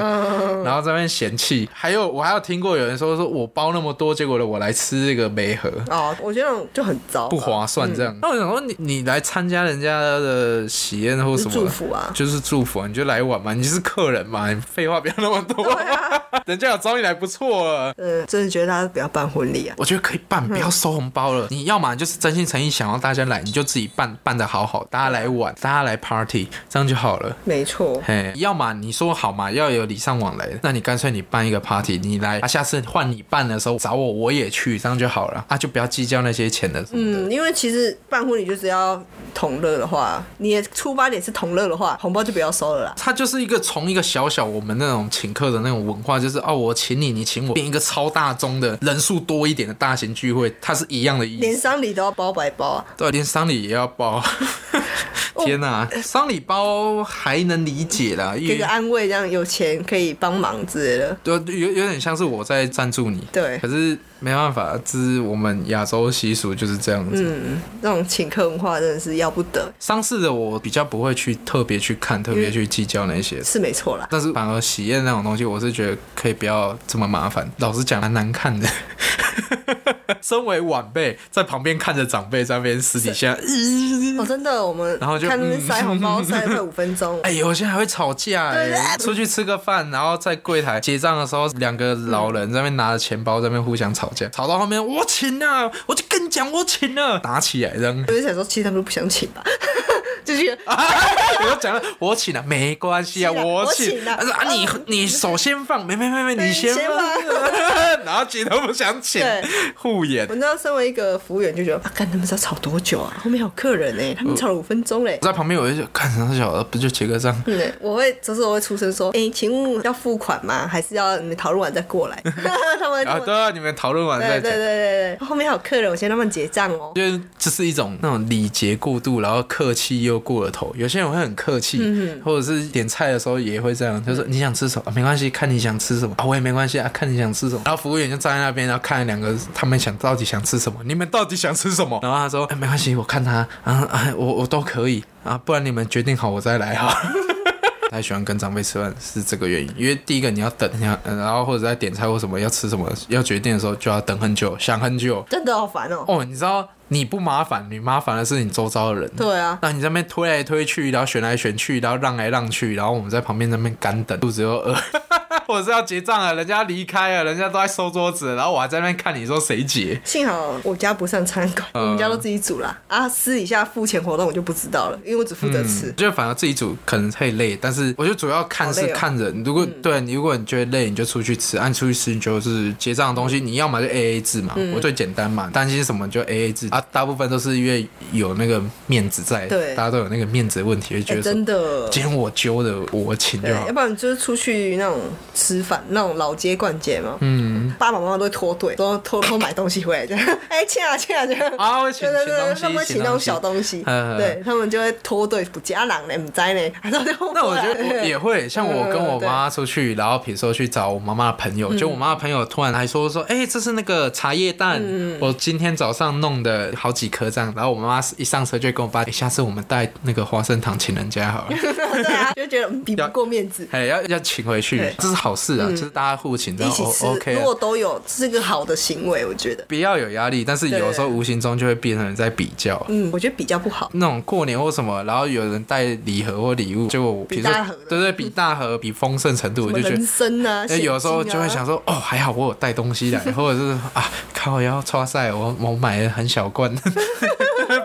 [SPEAKER 1] 然后在那边嫌弃。还有我还有听过有人说，说我包那么多，结果呢我来吃这个梅盒，
[SPEAKER 4] 哦，我觉得那种就很糟，啊
[SPEAKER 1] 不划算这样。那我想说你，你来参加人家的喜宴或什么的
[SPEAKER 4] 祝福啊
[SPEAKER 1] 就是祝福啊，你就来晚嘛，你是客人嘛，你废话不要那么多， (laughs) 人家有找你来不错啊了。
[SPEAKER 4] 嗯，真的觉得大家不要办婚礼啊。
[SPEAKER 1] 我觉得可以办，不要收红包了。你要嘛就是真心诚意想要大家来，你就自己办，办的好好，大家来玩，大家来 party，这样就好了。
[SPEAKER 4] 没错，
[SPEAKER 1] 嘿，要嘛你说好嘛，要有礼尚往来，那你干脆你办一个 party，你来，啊，下次换你办的时候找我，我也去，这样就好了。啊，就不要计较那些钱的什么的。
[SPEAKER 4] 嗯，因为其实办婚礼就是要同乐的话，你的出发点是同乐的话，红包就不要收了啦。
[SPEAKER 1] 它就是一个从一个小小我们那种请客的那种文化，就是哦，我请你，你请我，变一个超大宗的人数多一点的大型聚会，它是一样的意
[SPEAKER 4] 连
[SPEAKER 1] 思。
[SPEAKER 4] 丧礼都要包白包啊！
[SPEAKER 1] 对，连丧礼也要
[SPEAKER 4] (laughs)
[SPEAKER 1] 包。天哪、丧礼包还能理解啦，因
[SPEAKER 4] 给
[SPEAKER 1] 为
[SPEAKER 4] 个啊安哦慰，这样有钱可以帮忙之类的。
[SPEAKER 1] 对，有有点像是我在赞助你。
[SPEAKER 4] 对
[SPEAKER 1] 可是没办法，这是我们亚洲习俗就是这样子。
[SPEAKER 4] 嗯，那种请客文化真的是要不得，
[SPEAKER 1] 丧事的我比较不会去特别去看，特别去计较那些。
[SPEAKER 4] 是没错啦。
[SPEAKER 1] 但是反而喜宴那种东西，我是觉得可以不要这么麻烦。老实讲，蛮难看
[SPEAKER 4] (laughs)
[SPEAKER 1] 的。身为晚辈，在旁边看着长辈在那边私底下，
[SPEAKER 4] 哦，真的，我们
[SPEAKER 1] 嗯然后就
[SPEAKER 4] 看那边
[SPEAKER 1] 嗯
[SPEAKER 4] 塞红包塞了快五
[SPEAKER 1] (laughs)
[SPEAKER 4] 分钟，
[SPEAKER 1] 哎，有些还会吵架哎、
[SPEAKER 4] 对对
[SPEAKER 1] 出去吃个饭，然后在柜台结账的时候，两个老人在那边拿着钱包在那边互相吵架，吵到后面我请了，我就跟你讲我请了，打起来这
[SPEAKER 4] (laughs)
[SPEAKER 1] 样。
[SPEAKER 4] 我就想说，其实他们都不想请吧， (laughs) 就觉得
[SPEAKER 1] 我就讲了，我请了，没关系啊，
[SPEAKER 4] 是啊
[SPEAKER 1] 我
[SPEAKER 4] 我
[SPEAKER 1] 请。
[SPEAKER 4] 请了
[SPEAKER 1] 他说啊，你
[SPEAKER 4] 嗯
[SPEAKER 1] 你首先放，没没没没，
[SPEAKER 4] 对
[SPEAKER 1] 你先
[SPEAKER 4] 先
[SPEAKER 1] 放。 (laughs) 然后其他都不想请
[SPEAKER 4] 对，
[SPEAKER 1] 互演
[SPEAKER 4] 我。那身为一个服务员，就觉得啊，干他们是要吵多久啊？后面还有客人呢、他
[SPEAKER 1] 嗯
[SPEAKER 4] 们吵了五分钟嘞、
[SPEAKER 1] 我在旁边我就看啥小的，不就结个账？
[SPEAKER 4] 嗯、欸，我会，就是我会出声说，哎、请问要付款吗？还是要你们讨论完再过
[SPEAKER 1] (laughs)
[SPEAKER 4] 来？他们会
[SPEAKER 1] 啊，
[SPEAKER 4] 这么
[SPEAKER 1] 对啊，你们讨论完再
[SPEAKER 4] 对对对
[SPEAKER 1] 讲。
[SPEAKER 4] 对对，后面还有客人，我先让他们结账哦、
[SPEAKER 1] 就是这是一种那种礼节过度，然后客气又过了头。有些人会很客气，或者是点菜的时候也会这样，就是你想吃什么、啊没关系，看你想吃什么啊，我也没关系啊，看你想吃什么。然后服务服务员就站在那边，然后看两个他们想到底想吃什么，你们到底想吃什么？然后他说：“哎、没关系，我看他啊啊，我我都可以啊，不然你们决定好我再来哈。”太喜欢跟长辈吃饭是这个原因，因为第一个你要等，你要呃然后或者在点菜或什么要吃什么要决定的时候就要等很久，想很久。
[SPEAKER 4] 真的好烦哦。
[SPEAKER 1] 哦，你知道你不麻烦，你麻烦的是你周遭的人。
[SPEAKER 4] 对啊，
[SPEAKER 1] 那你在那边推来推去，然后选来选去，然后让来让去，然后我们在旁边在那边干等，肚子又饿。 (laughs) 我是要结账了，人家离开了，人家都在收桌子，然后我还在那边看你说谁结。
[SPEAKER 4] 幸好我家不上餐馆，我们家都
[SPEAKER 1] 嗯
[SPEAKER 4] 自己煮啦。啊，私底下付钱活动我就不知道了，因为我只负责吃
[SPEAKER 1] 嗯，。就反而自己煮可能太累，但是我觉得主要看是
[SPEAKER 4] 好累哦
[SPEAKER 1] 看人。如果对你，如果你觉得累，你就出去吃。按出去吃，你就是结账的东西，你要么就 A A 制嘛，
[SPEAKER 4] 嗯
[SPEAKER 1] 我最简单嘛。担心什么你就 A A 制啊，大部分都是因为有那个面子在，
[SPEAKER 4] 对
[SPEAKER 1] 大家都有那个面子的问题，就觉
[SPEAKER 4] 哎，
[SPEAKER 1] 得说
[SPEAKER 4] 真的。
[SPEAKER 1] 今天我揪的我请
[SPEAKER 4] 对
[SPEAKER 1] 就好，
[SPEAKER 4] 要。不然就是出去那种吃饭，那种老街逛街嘛，嗯，爸爸妈妈都会脱队，都偷偷买东西回来， (laughs) 这样，哎，欠啊欠啊这样，
[SPEAKER 1] 啊我请
[SPEAKER 4] 对对
[SPEAKER 1] 请东
[SPEAKER 4] 对，
[SPEAKER 1] 西
[SPEAKER 4] 他们会
[SPEAKER 1] 请
[SPEAKER 4] 请那
[SPEAKER 1] 东
[SPEAKER 4] 种
[SPEAKER 1] 西
[SPEAKER 4] 小东西，
[SPEAKER 1] 嗯嗯嗯
[SPEAKER 4] 对他们就会脱队不加人哎呢，不在呢，然后就
[SPEAKER 1] 那我觉得
[SPEAKER 4] 过来
[SPEAKER 1] 我也会，像我跟我妈出去，然后比如说去找我妈妈的朋友，就我
[SPEAKER 4] 嗯
[SPEAKER 1] 妈妈的朋友突然还说说，哎、这是那个茶叶蛋，
[SPEAKER 4] 嗯
[SPEAKER 1] 我今天早上弄的好几颗这样，然后我妈妈一上车就跟我爸，哎下次我们带那个花生糖请人家
[SPEAKER 4] (laughs)
[SPEAKER 1] 好了，
[SPEAKER 4] (laughs) 对啊，就觉得嗯比不过面子。
[SPEAKER 1] 哎、要要请回去
[SPEAKER 4] 对，嗯
[SPEAKER 1] 这是好事啊，就是大家互请，这
[SPEAKER 4] 一
[SPEAKER 1] 样
[SPEAKER 4] 起吃
[SPEAKER 1] O OK
[SPEAKER 4] 如
[SPEAKER 1] 啊
[SPEAKER 4] 果都有是个好的行为，我觉得，
[SPEAKER 1] 不要有压力，但是有时候无形中就会变成在比较。
[SPEAKER 4] 嗯，我觉得比较不好。
[SPEAKER 1] 那种过年或什么，然后有人带礼盒或礼物，就比如说
[SPEAKER 4] 比大盒的
[SPEAKER 1] 对对，比大盒、比丰盛程度，我
[SPEAKER 4] 什
[SPEAKER 1] 就
[SPEAKER 4] 么
[SPEAKER 1] 觉得
[SPEAKER 4] 人参啊，
[SPEAKER 1] 哎，有时候
[SPEAKER 4] 现
[SPEAKER 1] 就
[SPEAKER 4] 金啊
[SPEAKER 1] 会想，说，哦，还好我有带东西来，或者
[SPEAKER 4] (laughs)
[SPEAKER 1] 是啊，靠，我要超赛，我我买了很小罐， (laughs)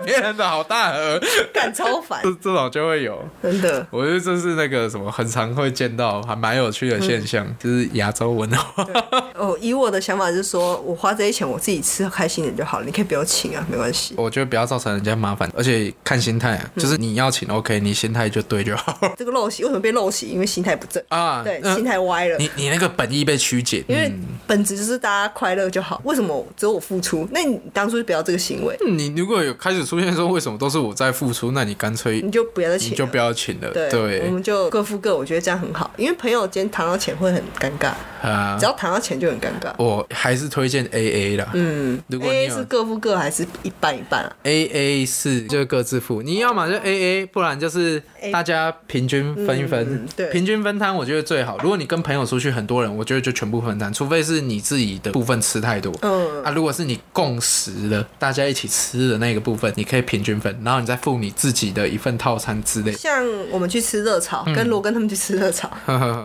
[SPEAKER 1] 别人的好大盒，
[SPEAKER 4] 干超烦
[SPEAKER 1] 这，这种就会有。
[SPEAKER 4] 真的。
[SPEAKER 1] 我觉得这是那个什么，很常会见到，还蛮有趣的现象，
[SPEAKER 4] 嗯
[SPEAKER 1] 就是亚洲文化。 (laughs)
[SPEAKER 4] 哦，以我的想法是说，我花这些钱我自己吃开心点就好了，你可以不用请啊，没关系。
[SPEAKER 1] 我觉得不要造成人家麻烦，而且看心态
[SPEAKER 4] 嗯
[SPEAKER 1] 啊，就是你要请 OK，你心态就对就好
[SPEAKER 4] 这个陋习为什么被陋习？因为心态不正，
[SPEAKER 1] 哦啊。
[SPEAKER 4] 对，
[SPEAKER 1] 嗯
[SPEAKER 4] 心态歪了。
[SPEAKER 1] 你你那个本意被曲解，
[SPEAKER 4] 因为
[SPEAKER 1] 嗯
[SPEAKER 4] 本质就是大家快乐就好，为什么只有我付出？那你当初就不要这个行为，
[SPEAKER 1] 嗯你如果有开始出现说为什么都是我在付出，那你干脆
[SPEAKER 4] 你就不要再请
[SPEAKER 1] 你
[SPEAKER 4] 了，
[SPEAKER 1] 就不要请了，
[SPEAKER 4] 对，我
[SPEAKER 1] 对
[SPEAKER 4] 们就各付各，我觉得这样很好，因为朋友间谈到钱会很尴尬，
[SPEAKER 1] 啊
[SPEAKER 4] 只。要谈到钱就很尴尬。
[SPEAKER 1] 我还是推荐 AA 啦。
[SPEAKER 4] 嗯
[SPEAKER 1] 如果你
[SPEAKER 4] ，A A
[SPEAKER 1] 有
[SPEAKER 4] 是各付各还是一半一半啊？
[SPEAKER 1] ，AA 是就是各自付，你要么就 AA，不然就是大家平均分一分。
[SPEAKER 4] 嗯对
[SPEAKER 1] 平均分摊我觉得最好。如果你跟朋友出去很多人，我觉得就全部分摊，除非是你自己的部分吃太多。
[SPEAKER 4] 嗯
[SPEAKER 1] 啊，如果是你共食了，大家一起吃的那个部分，你可以平均分，然后你再付你自己的一份套餐之类的。 (laughs)
[SPEAKER 4] 像我们去吃热炒，
[SPEAKER 1] 嗯
[SPEAKER 4] 跟罗根他们去吃热炒，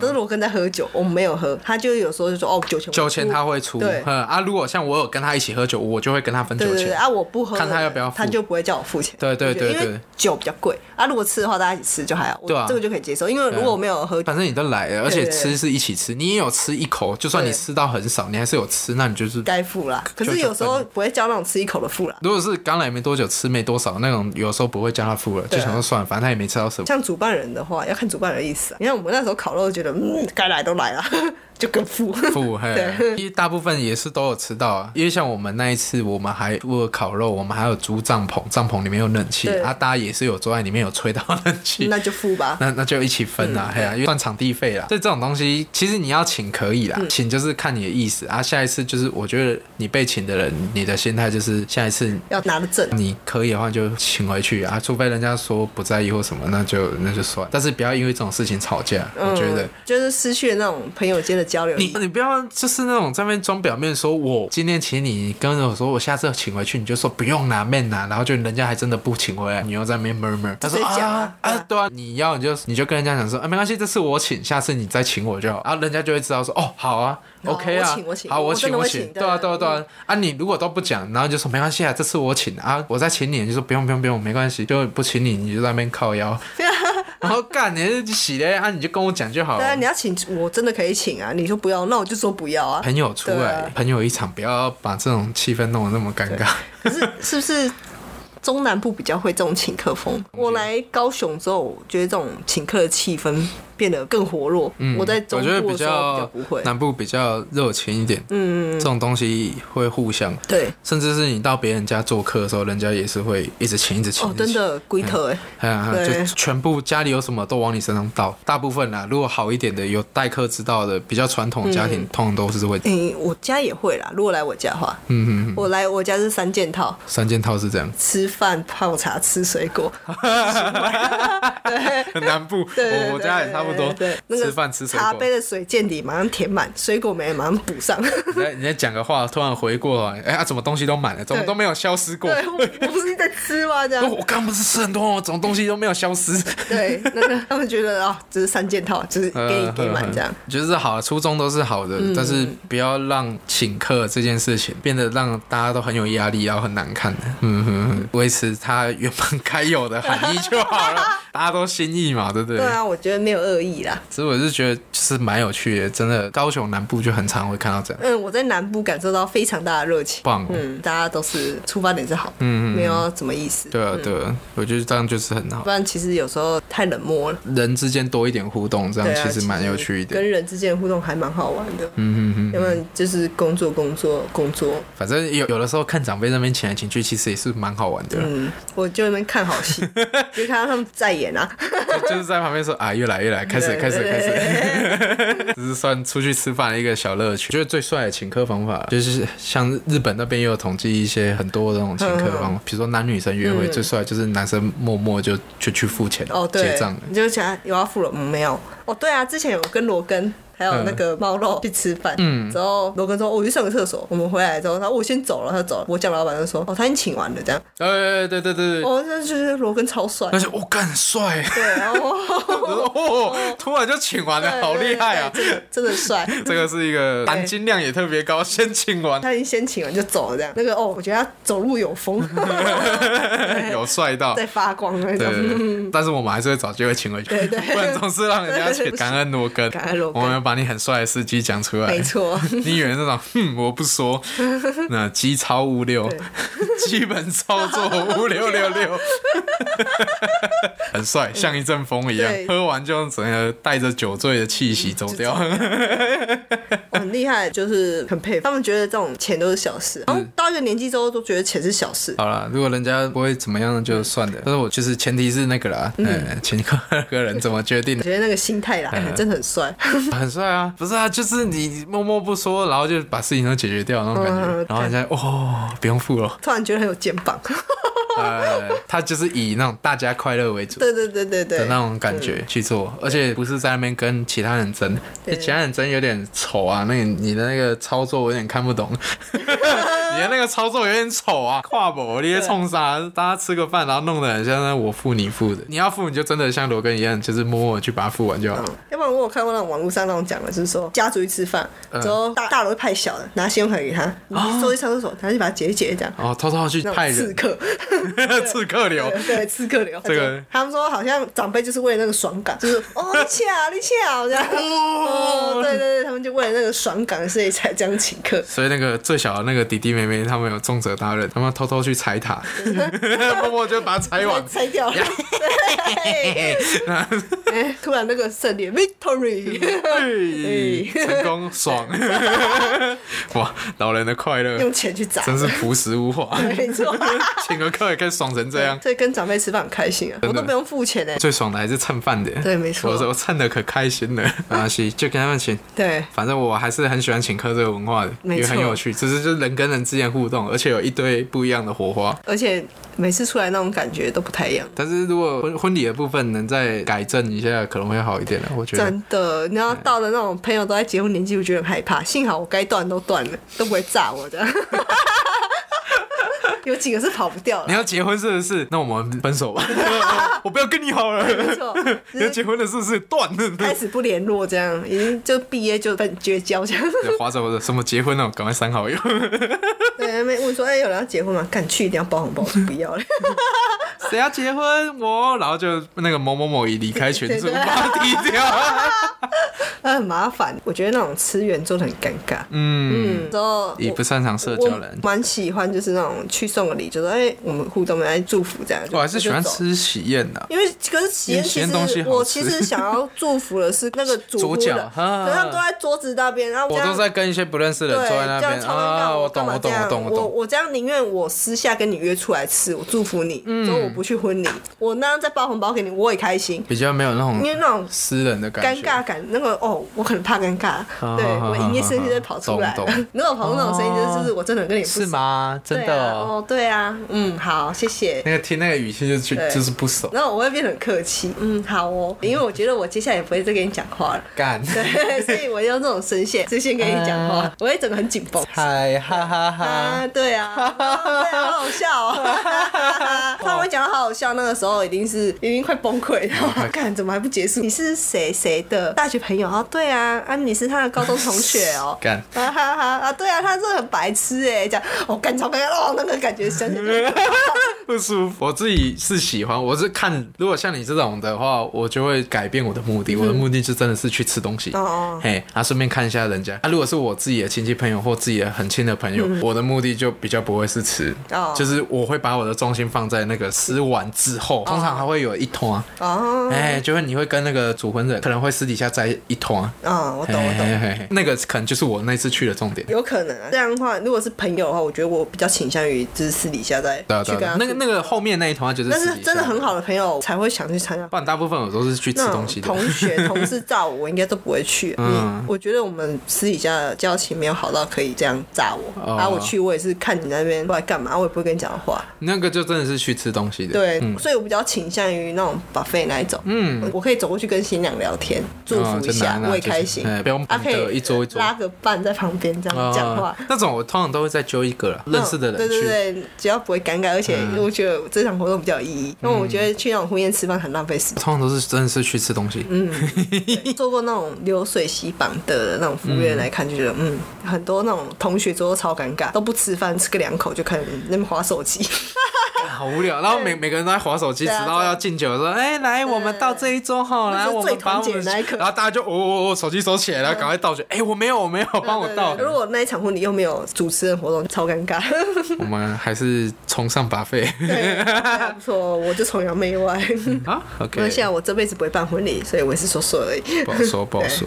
[SPEAKER 4] 都是罗根在喝酒，我们没有喝，他就有时候就说哦酒钱我
[SPEAKER 1] 酒钱
[SPEAKER 4] 付
[SPEAKER 1] 他会出，
[SPEAKER 4] 对
[SPEAKER 1] 嗯啊，如果像我有跟他一起喝酒，我就会跟他分酒
[SPEAKER 4] 对对对
[SPEAKER 1] 钱。
[SPEAKER 4] 啊，我不喝，
[SPEAKER 1] 看他要不要付
[SPEAKER 4] 他就不会叫我付钱。
[SPEAKER 1] 对对
[SPEAKER 4] 我觉得
[SPEAKER 1] 对对
[SPEAKER 4] 因为酒比较贵啊，如果吃的话，大家一起吃就还好，我
[SPEAKER 1] 对啊啊
[SPEAKER 4] 这个就可以接受。因为如果我没有喝，
[SPEAKER 1] 反正你都来了，而且
[SPEAKER 4] 对对
[SPEAKER 1] 吃是一起吃，你也有吃一口，就算你
[SPEAKER 4] 对
[SPEAKER 1] 吃到很少，你还是有吃，那你就是。
[SPEAKER 4] 该付啦。可
[SPEAKER 1] 就是嗯是
[SPEAKER 4] 有时候不会叫那种吃一口的付啦。
[SPEAKER 1] 如果是刚来没多久，吃没多少那种，有时候不会叫他付了，就
[SPEAKER 4] 对啊
[SPEAKER 1] 想说算了，反正他也没吃到什么。
[SPEAKER 4] 像主办人的话，要看主办人的意思、啊。你看我们那时候烤肉，就觉得嗯，该来都来了， (laughs) 就跟
[SPEAKER 1] (laughs)
[SPEAKER 4] 付。
[SPEAKER 1] 付嘿，
[SPEAKER 4] (laughs) 对
[SPEAKER 1] 因为大部分也是都有吃到啊。因为像我们那一次，我们还除了烤肉，我们还有租帐篷，帐篷里面有冷气，
[SPEAKER 4] 对
[SPEAKER 1] 啊，大家也是有坐在里面有吹到 (laughs) 冷气，
[SPEAKER 4] 那就付吧。
[SPEAKER 1] 那那就一起分啦，嘿啊，因为算场地费啦。所以这种东西，其实你要请可以啦，请就是看你的意思啊。下一次就是，我觉得你被请的人，你的心态就是下一次
[SPEAKER 4] 要拿得正，
[SPEAKER 1] 你可以的话就请回去啊，除非人家说不在意或什么，那就那就算。但是不要因为这种事情吵架，我觉得
[SPEAKER 4] 嗯。就是失去了那种朋友间的交流。
[SPEAKER 1] 你哦你不要就是那种在那边装表面说，我今天请你，你跟我说我下次请回去，你就说不用啦，man 啦，然后就人家还真的不请回来，你又在那边 murmur，他说
[SPEAKER 4] 直接讲
[SPEAKER 1] 啊啊
[SPEAKER 4] 啊对啊
[SPEAKER 1] 对啊，你要你就你就跟人家讲说啊没关系，这次我请，下次你再请我就好，啊人家就会知道说哦好啊
[SPEAKER 4] 哦
[SPEAKER 1] ，OK 啊，
[SPEAKER 4] 我请我请
[SPEAKER 1] 好
[SPEAKER 4] 我真
[SPEAKER 1] 请
[SPEAKER 4] 的会
[SPEAKER 1] 请，
[SPEAKER 4] 请
[SPEAKER 1] 对啊对
[SPEAKER 4] 对
[SPEAKER 1] 啊
[SPEAKER 4] 啊
[SPEAKER 1] 对啊，啊你如果都不讲，然后就说没关系啊，这次我请啊，我再请你，你就说不用不用不用，没关系，就不请你，你就在那边靠腰， (laughs) 然后干你就洗嘞啊，你就跟我讲就好
[SPEAKER 4] 对啊，
[SPEAKER 1] 了
[SPEAKER 4] 你。要请我真的可以请啊，你说不要，那我就说不要啊。
[SPEAKER 1] 朋友出
[SPEAKER 4] 对
[SPEAKER 1] 来，
[SPEAKER 4] 啊
[SPEAKER 1] 朋友一场，不要把这种气氛弄得那么尴尬。
[SPEAKER 4] 可是是不是中
[SPEAKER 1] 嗯
[SPEAKER 4] 南部比较会这种请客风？我来高雄之后，我觉得这种请客的气氛变得更活络。我在中
[SPEAKER 1] 嗯我
[SPEAKER 4] 部
[SPEAKER 1] 觉得
[SPEAKER 4] 的时候比较
[SPEAKER 1] 较
[SPEAKER 4] 不会。
[SPEAKER 1] 南部比较热情一点，嗯，这种东西会互相，
[SPEAKER 4] 对，
[SPEAKER 1] 甚至是你到别人家做客的时候，人家也是会一直请一直请，
[SPEAKER 4] 哦
[SPEAKER 1] 一，直
[SPEAKER 4] 真
[SPEAKER 1] 请
[SPEAKER 4] 的龟头哎，
[SPEAKER 1] 哎呀，
[SPEAKER 4] 对
[SPEAKER 1] 就全部家里有什么都往你身上倒，大部分啊啦。如果好一点的，有待客之道的，比较传统的家庭，通常都是会
[SPEAKER 4] 嗯，我家也会啦。如果来我家的话，嗯嗯，我来我家是三件套：。
[SPEAKER 1] 三件套是这样
[SPEAKER 4] (laughs) 吃饭、泡茶、吃水
[SPEAKER 1] (laughs)
[SPEAKER 4] 果。
[SPEAKER 1] 南部，
[SPEAKER 4] 对对
[SPEAKER 1] 我我
[SPEAKER 4] 对
[SPEAKER 1] 家也差不多
[SPEAKER 4] 对，那个
[SPEAKER 1] 吃饭吃水
[SPEAKER 4] 茶
[SPEAKER 1] 果
[SPEAKER 4] 杯。的水见底，马上填满；水果没了，马上补
[SPEAKER 1] (laughs)
[SPEAKER 4] 上。
[SPEAKER 1] 你在你在讲个话，突然回过来，哎呀，怎么东西都满了，怎么
[SPEAKER 4] 对
[SPEAKER 1] 都没有消失过？
[SPEAKER 4] 对，我不是在吃吗？这样。
[SPEAKER 1] (laughs) 我刚不是吃很多吗？怎么东西都没有消失？
[SPEAKER 4] 对，那个他们觉得啊，只是三件套，就
[SPEAKER 1] (laughs)
[SPEAKER 4] 是 (laughs) 给你给满这样。
[SPEAKER 1] 呃，
[SPEAKER 4] 嗯
[SPEAKER 1] 就是好的，初衷都是好的，但是不要让请客这件事情变得让大家都很有压力，然后很难看的。嗯哼哼，维持它原本该有的含义就好
[SPEAKER 4] (laughs)
[SPEAKER 1] 了，大家都心意嘛，对不对？
[SPEAKER 4] 对啊，我觉得没有恶意啦。
[SPEAKER 1] 所以我是觉得就是蛮有趣的，真的，高雄南部就很常会看到这样，
[SPEAKER 4] 嗯，我在南部感受到非常大的热情。
[SPEAKER 1] 棒哦
[SPEAKER 4] 嗯，大家都是出发点是好，嗯，没有什么意思。
[SPEAKER 1] 对啊，对
[SPEAKER 4] 嗯
[SPEAKER 1] 啊，我觉得这样就是很好
[SPEAKER 4] 不，然其实有时候太冷漠了。
[SPEAKER 1] 人之间多一点互动，这
[SPEAKER 4] 对
[SPEAKER 1] 样
[SPEAKER 4] 啊，
[SPEAKER 1] 其实蛮有趣一点。
[SPEAKER 4] 跟人之间的互动还蛮好玩的。嗯嗯嗯，要不然就是工作工作工作，
[SPEAKER 1] 反正有有的时候看长辈那边请来请去，其实也是蛮好玩的啦，
[SPEAKER 4] 嗯，我就在那边看好戏，就看到他们在演啊，
[SPEAKER 1] 就就是在旁边说啊，越来越来，开始
[SPEAKER 4] 对
[SPEAKER 1] 开始
[SPEAKER 4] 对
[SPEAKER 1] 开始， (laughs) 只是算出去吃饭的一个小乐趣。觉得最帅的请客方法就是像日本那边也有统计一些很多的那种请客方
[SPEAKER 4] 嗯
[SPEAKER 1] 法，比如说男女生约会最帅就是男生默默就就去付钱
[SPEAKER 4] 哦，
[SPEAKER 1] 结
[SPEAKER 4] 对
[SPEAKER 1] 账了，。
[SPEAKER 4] 你就想有要付了，嗯，没有。哦，对啊，之前有跟罗根还有那
[SPEAKER 1] 嗯
[SPEAKER 4] 个猫肉去吃饭，嗯，之后罗根说、哦我去上个厕所，我们回来之后，他说我先走了，他就走了。我叫老板就说哦，他已经请完了这样。
[SPEAKER 1] 哎，对对对对，
[SPEAKER 4] 哦，那就是罗根超帅
[SPEAKER 1] 而，且我干帅， (laughs)
[SPEAKER 4] 对，然后
[SPEAKER 1] 哦，突然就请完了， (laughs) 好厉害啊！
[SPEAKER 4] (laughs) 对对对真的真的帅。
[SPEAKER 1] 这个是一个含金量也特别高，先请完
[SPEAKER 4] 他已经先请完就走了，这样那个哦，我觉得他走路有风，
[SPEAKER 1] (laughs) 哎有帅到
[SPEAKER 4] 在。发光那
[SPEAKER 1] 对对
[SPEAKER 4] 种。 (laughs)
[SPEAKER 1] 对，但是我们还是会找机会请回去，
[SPEAKER 4] 对对
[SPEAKER 1] 不然总是让人家去
[SPEAKER 4] 对对对
[SPEAKER 1] 感恩罗根，
[SPEAKER 4] 感恩罗根
[SPEAKER 1] 我们要把你很帅的事迹讲出来，
[SPEAKER 4] 没。
[SPEAKER 1] (laughs)
[SPEAKER 4] 错，哦
[SPEAKER 1] 你以为那种，哼，我不
[SPEAKER 4] (laughs)
[SPEAKER 1] 说，那基超五六， (laughs) 基本操作五六六六， (laughs) 很帅，像一阵风一样，
[SPEAKER 4] 对
[SPEAKER 1] 喝完就整个带着酒醉的气息走掉。
[SPEAKER 4] 我很厉害，就是很佩服。他们觉得这种钱都是小事，然后
[SPEAKER 1] 嗯
[SPEAKER 4] 到一个年纪之后都觉得钱是小事。
[SPEAKER 1] (laughs) 好啦，如果人家不会怎么样就算
[SPEAKER 4] 嗯
[SPEAKER 1] 了，但是我就是前提是那个啦，嗯，请客 (laughs) 那个人怎么决定的
[SPEAKER 4] 我？觉得那个心态啦，
[SPEAKER 1] 嗯
[SPEAKER 4] 哎真的很帅。 (laughs)
[SPEAKER 1] 很帅啊，不是啊，就是你默默不说，然后就把事情都解决掉那种感觉，
[SPEAKER 4] 嗯
[SPEAKER 1] 然后人家哦不用付
[SPEAKER 4] (laughs)
[SPEAKER 1] 了，
[SPEAKER 4] 突然觉得很有肩膀。 (laughs)
[SPEAKER 1] 呃，他就是以那种大家快乐为主。
[SPEAKER 4] 对对对对
[SPEAKER 1] 的
[SPEAKER 4] 对
[SPEAKER 1] 那，种感觉去做，而且不是在那边跟其他人争，哎
[SPEAKER 4] 对
[SPEAKER 1] 其他人争有点丑啊，那你你的那个操作我有点看不懂，
[SPEAKER 4] (laughs)
[SPEAKER 1] 你的那个操作有点丑啊，跨博你些冲啥？大家吃个饭，然后弄得很像那我付你付的，你要付你就真的像罗根一样，就是默默地去把它付完就好了。
[SPEAKER 4] 要不然我有看过那种网络上那种讲的，就是说家族去吃饭，
[SPEAKER 1] 嗯
[SPEAKER 4] 之后大大楼会派小的拿信用卡给他，你去收去上厕所，他就把它解一解这样。
[SPEAKER 1] 然后偷偷地去
[SPEAKER 4] 那
[SPEAKER 1] 哦派
[SPEAKER 4] 种刺
[SPEAKER 1] 人，
[SPEAKER 4] 客，
[SPEAKER 1] 刺客 (laughs) 流。
[SPEAKER 4] (laughs) 对对刺客流，
[SPEAKER 1] 这个
[SPEAKER 4] 他们说好像长辈就是为了那个爽感，就是 (laughs) 哦你巧你巧这样，哦对对对，他们就为了那个爽感，所以才这样请客。
[SPEAKER 1] 所以那个最小的那个弟弟妹妹，他们有重责大任，他们偷偷去拆
[SPEAKER 4] (laughs)
[SPEAKER 1] 塔，默默就把它拆完。
[SPEAKER 4] 拆掉 (laughs) 了，对，哎突然那个胜利 victory，
[SPEAKER 1] 哎嘿哎成功爽！ (laughs) 哇，老人的快乐
[SPEAKER 4] (laughs) 用钱去砸，
[SPEAKER 1] 真是朴实无华，
[SPEAKER 4] 没
[SPEAKER 1] (laughs)
[SPEAKER 4] 错。
[SPEAKER 1] 请个客也可以爽成这样。
[SPEAKER 4] 所以跟长辈吃饭很开心啊，我都不用付钱哎、
[SPEAKER 1] 最爽的还是蹭饭的，
[SPEAKER 4] 对没错
[SPEAKER 1] 我我蹭的可开心
[SPEAKER 4] (laughs)
[SPEAKER 1] 了，没关系，就跟他们请。
[SPEAKER 4] 对，
[SPEAKER 1] 反正我还是很喜欢请客这个文化的，
[SPEAKER 4] 没错
[SPEAKER 1] 也很有趣，只是就是人跟人之间互动，而且有一堆不一样的火花。
[SPEAKER 4] 而且每次出来那种感觉都不太一样。
[SPEAKER 1] 但是如果婚婚礼的部分能再改正一下，可能会好一点的，我觉得。
[SPEAKER 4] 真的，你要到了那种朋友都在结婚年纪，我觉得很害怕。幸好我该断都断了，都不会炸我
[SPEAKER 1] (laughs)
[SPEAKER 4] 的。有几个是跑不掉
[SPEAKER 1] 你
[SPEAKER 4] 了，
[SPEAKER 1] 要结婚是不是？那我们分
[SPEAKER 4] (laughs)
[SPEAKER 1] 手吧，我不要跟你好了。
[SPEAKER 4] 没错，
[SPEAKER 1] 你要结婚了是不是？断了。
[SPEAKER 4] 开始不联络，这样已经就毕业就分绝交这样。
[SPEAKER 1] 对，划着我的什么结婚了，赶快删
[SPEAKER 4] (laughs)
[SPEAKER 1] 好友。
[SPEAKER 4] (laughs) 对，没问说，哎、有人要结婚吗？敢去一定要包红包，我说不要了。
[SPEAKER 1] 谁要结婚？我，然后就那个某某某已离开群组，
[SPEAKER 4] (laughs) 对对对
[SPEAKER 1] 把他踢掉。
[SPEAKER 4] 那很麻烦。我觉得那种吃圆桌的很尴尬。
[SPEAKER 1] 嗯，
[SPEAKER 4] 嗯，之后
[SPEAKER 1] 也
[SPEAKER 4] 我
[SPEAKER 1] 不擅长社交人
[SPEAKER 4] 我。蛮喜欢就是那种去送个礼，就说哎，我们互动来祝福这样。就
[SPEAKER 1] 我还是喜欢。
[SPEAKER 4] 就走
[SPEAKER 1] 吃喜宴啊的、
[SPEAKER 4] 因为可是喜
[SPEAKER 1] 因
[SPEAKER 4] 宴
[SPEAKER 1] 为喜
[SPEAKER 4] 其
[SPEAKER 1] 宴东西
[SPEAKER 4] 实
[SPEAKER 1] 好
[SPEAKER 4] 我
[SPEAKER 1] 吃
[SPEAKER 4] 其实想要祝福的是那个主
[SPEAKER 1] 主
[SPEAKER 4] 屋
[SPEAKER 1] 角
[SPEAKER 4] 的，
[SPEAKER 1] 啊
[SPEAKER 4] 可是他们都在桌子那边，然后这
[SPEAKER 1] 我
[SPEAKER 4] 样
[SPEAKER 1] 都在跟一些不认识的
[SPEAKER 4] 对，
[SPEAKER 1] 人坐在那
[SPEAKER 4] 这样
[SPEAKER 1] 边
[SPEAKER 4] 超尴
[SPEAKER 1] 啊，
[SPEAKER 4] 尬。
[SPEAKER 1] 我
[SPEAKER 4] 干
[SPEAKER 1] 懂，
[SPEAKER 4] 嘛
[SPEAKER 1] 我
[SPEAKER 4] 这
[SPEAKER 1] 懂，
[SPEAKER 4] 样
[SPEAKER 1] 我懂，我
[SPEAKER 4] 我
[SPEAKER 1] 懂。
[SPEAKER 4] 我这样宁愿我私下跟你约出来吃，我祝福你，
[SPEAKER 1] 嗯
[SPEAKER 4] 之后我不去婚礼，我那样再包红包给你，我也开心。
[SPEAKER 1] 比较没有那种
[SPEAKER 4] 因为那种
[SPEAKER 1] 私人的感
[SPEAKER 4] 尴
[SPEAKER 1] 觉，啊
[SPEAKER 4] 尬感，那个哦，我很怕尴尬，对我营业声音在跑出来
[SPEAKER 1] 懂懂，哦
[SPEAKER 4] 如果 (laughs) 跑出那种声音，就是就是我真的跟你不熟
[SPEAKER 1] 是？吗？真
[SPEAKER 4] 对
[SPEAKER 1] 的
[SPEAKER 4] 啊，
[SPEAKER 1] 哦、
[SPEAKER 4] 哦，对啊，嗯，好，谢谢。
[SPEAKER 1] 那个听那个语气就去
[SPEAKER 4] 对
[SPEAKER 1] 就是不熟，
[SPEAKER 4] 然后我会变得很客气，嗯，好哦，因为我觉得我接下来也不会再跟你讲话了， (laughs)
[SPEAKER 1] 干，
[SPEAKER 4] 对，所以我用这种声线声线跟你讲话
[SPEAKER 1] 啊，
[SPEAKER 4] 我会整个很紧绷。
[SPEAKER 1] (laughs) 嗨哈哈
[SPEAKER 4] 啊，
[SPEAKER 1] 哈，。
[SPEAKER 4] 对啊，啊对啊，好好笑哦！他们讲得好好笑，那个时候已经是已经快崩溃了，看怎么还不结束？你是谁谁的大学朋友啊？对啊，啊你是他的高中同学哦
[SPEAKER 1] (laughs) 干，
[SPEAKER 4] 啊哈哈啊！对啊，他真的很白痴哎，讲我干超尴尬哦，那个感觉想想就
[SPEAKER 1] (laughs) 不舒服。我自己是喜欢，我是看，如果像你这种的话，我就会改变我的目的。我的目的就真的是去吃东西，
[SPEAKER 4] 嗯哦哦
[SPEAKER 1] 嘿，啊，顺便看一下人家。啊，如果是我自己的亲戚朋友或自己的很亲的朋友，我的目的就比较不会是吃，
[SPEAKER 4] 嗯哦
[SPEAKER 1] 就是我会把我的重心放在那个吃完之后，通常还会有一团、
[SPEAKER 4] 哦，
[SPEAKER 1] 哎、就会你会跟那个主婚人可能会私底下在一团、
[SPEAKER 4] 嗯，我懂我
[SPEAKER 1] 嘿
[SPEAKER 4] 懂。
[SPEAKER 1] 嘿嘿那个可能就是我那次去的重点。
[SPEAKER 4] 有可能啊，这样的话，如果是朋友的话，我觉得我比较倾向于就是私底下再
[SPEAKER 1] 对啊
[SPEAKER 4] 去
[SPEAKER 1] 对啊对
[SPEAKER 4] 跟他
[SPEAKER 1] 啊，那个那个后面那一团就是
[SPEAKER 4] 但
[SPEAKER 1] 私
[SPEAKER 4] 是
[SPEAKER 1] 底下
[SPEAKER 4] 真的很好的朋友才会想去参加
[SPEAKER 1] 不然大部分我都是去吃
[SPEAKER 4] 那
[SPEAKER 1] 东
[SPEAKER 4] 种
[SPEAKER 1] 西的。
[SPEAKER 4] 同
[SPEAKER 1] (laughs)
[SPEAKER 4] 学、同事炸我，我应该都不会去。
[SPEAKER 1] 嗯
[SPEAKER 4] 嗯，我觉得我们私底下的交情没有好到可以这样炸我。
[SPEAKER 1] 哦
[SPEAKER 4] 然后我去，我也是看你那边过来干嘛，我也不会跟你讲话。
[SPEAKER 1] 那个就真的是去吃东西的。
[SPEAKER 4] 对，
[SPEAKER 1] 嗯
[SPEAKER 4] 所以我比较倾向于那种 buffet 那一种。
[SPEAKER 1] 嗯，
[SPEAKER 4] 我可以走过去跟新娘聊天，祝福一
[SPEAKER 1] 真的啊
[SPEAKER 4] 下，
[SPEAKER 1] 那
[SPEAKER 4] 我也
[SPEAKER 1] 就是
[SPEAKER 4] 开心
[SPEAKER 1] 哎不用。
[SPEAKER 4] 啊，
[SPEAKER 1] 捧
[SPEAKER 4] 可
[SPEAKER 1] 得
[SPEAKER 4] 以
[SPEAKER 1] 一桌一桌
[SPEAKER 4] 拉个伴在旁边这样讲话
[SPEAKER 1] 啊。那种我通常都会再揪一个啦认识的
[SPEAKER 4] 嗯
[SPEAKER 1] 人
[SPEAKER 4] 对
[SPEAKER 1] 去。嗯
[SPEAKER 4] 对对，只要不会尴尬，而且我觉得这场活动比较有意义，因为我觉得去那种婚宴吃饭很浪费时间。
[SPEAKER 1] 通常都是真的是去吃东西，嗯，
[SPEAKER 4] (laughs) 做过那种流水席绑的那种服务员来看，就觉得嗯，很多那种同学桌都超尴尬，都不吃饭，吃个两口就开始那边划手机。
[SPEAKER 1] (laughs) 好无聊。然后每每个人都在划手机，直
[SPEAKER 4] 对啊
[SPEAKER 1] 到要敬酒的时候，哎，来，我们到这一桌哈，
[SPEAKER 4] 那
[SPEAKER 1] 来，
[SPEAKER 4] 是
[SPEAKER 1] 我
[SPEAKER 4] 最
[SPEAKER 1] 们把我
[SPEAKER 4] 团结
[SPEAKER 1] 们，
[SPEAKER 4] 的那一刻嗯
[SPEAKER 1] 然后大家就哦哦哦，手机收起来了，赶快倒酒。哎，我没有，我没有， (laughs) 帮我倒。
[SPEAKER 4] (laughs) 如果那一场婚礼又没有主持人活动，超尴尬。 (laughs)
[SPEAKER 1] 我们还是崇尚把费
[SPEAKER 4] 对，还不错，我就崇洋
[SPEAKER 1] (laughs)
[SPEAKER 4] 媚外。
[SPEAKER 1] 啊
[SPEAKER 4] 那
[SPEAKER 1] ，OK，
[SPEAKER 4] 现在我这辈子不会办婚礼，所以我也是说说
[SPEAKER 1] (laughs)
[SPEAKER 4] 而已。嗯
[SPEAKER 1] 不好说，不好说。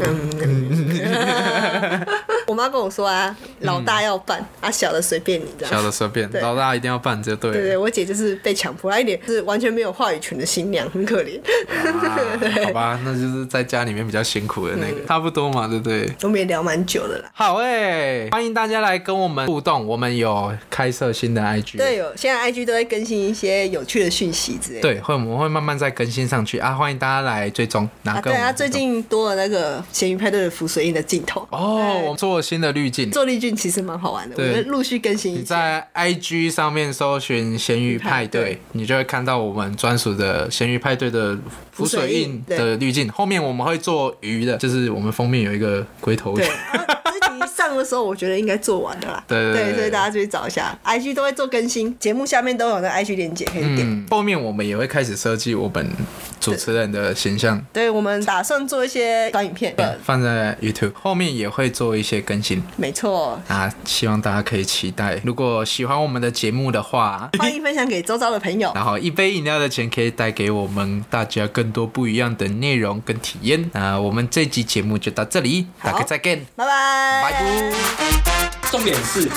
[SPEAKER 4] 我妈跟我说啊，老大要办，啊小的随便你这
[SPEAKER 1] 嗯小
[SPEAKER 4] 样。
[SPEAKER 1] 的随便，
[SPEAKER 4] 对
[SPEAKER 1] 老大一定要办就对
[SPEAKER 4] 对
[SPEAKER 1] 了。
[SPEAKER 4] 对，我姐就是被强迫，她一点是完全没有话语权的新娘，很可怜。
[SPEAKER 1] 啊好吧，那就是在家里面比较辛苦的那
[SPEAKER 4] 嗯
[SPEAKER 1] 个，差不多嘛，对不对？
[SPEAKER 4] 我们也聊蛮久的啦。
[SPEAKER 1] 好诶、欢迎大家来跟我们互动，我们有开设新的 IG。
[SPEAKER 4] 对，有现在 IG 都会更新一些有趣的讯息之类的。
[SPEAKER 1] 对，会我们会慢慢再更新上去啊，欢迎大家来追踪。哪
[SPEAKER 4] 啊，
[SPEAKER 1] 个、
[SPEAKER 4] 对啊，最近多了那个咸鱼派对的浮水印的镜头，
[SPEAKER 1] 哦，我们做新的滤镜，
[SPEAKER 4] 哎做滤镜其实蛮好玩的，我
[SPEAKER 1] 对
[SPEAKER 4] 们陆续更新
[SPEAKER 1] 你
[SPEAKER 4] 一下。
[SPEAKER 1] 在 IG 上面搜寻“咸鱼派
[SPEAKER 4] 派
[SPEAKER 1] 对
[SPEAKER 4] 对”，
[SPEAKER 1] 你就会看到我们专属的咸鱼派对的浮水印
[SPEAKER 4] 浮水印
[SPEAKER 1] 的滤镜。后面我们会做鱼的，就是我们封面有一个龟头鱼
[SPEAKER 4] 对，。啊这集上的时候我觉得应该做完的啦。
[SPEAKER 1] (laughs) 对对对对
[SPEAKER 4] 所以大家注意找一下，IG 都会做更新，节目下面都有那 IG 链接可以点。
[SPEAKER 1] 嗯，后面我们也会开始设计我们主持人的形象，
[SPEAKER 4] 对我们打算做一些短影片，对，
[SPEAKER 1] 放在 YouTube 后面也会做一些更新。
[SPEAKER 4] 没错。
[SPEAKER 1] 啊，希望大家可以期待。如果喜欢我们的节目的话，
[SPEAKER 4] 欢迎分享给周遭的朋友。
[SPEAKER 1] 然后一杯饮料的钱可以带给我们大家更多不一样的内容跟体验。那我们这集节目就到这里，大家
[SPEAKER 4] 好
[SPEAKER 1] 再见，
[SPEAKER 4] 拜拜。
[SPEAKER 1] 拜拜。
[SPEAKER 3] 重点是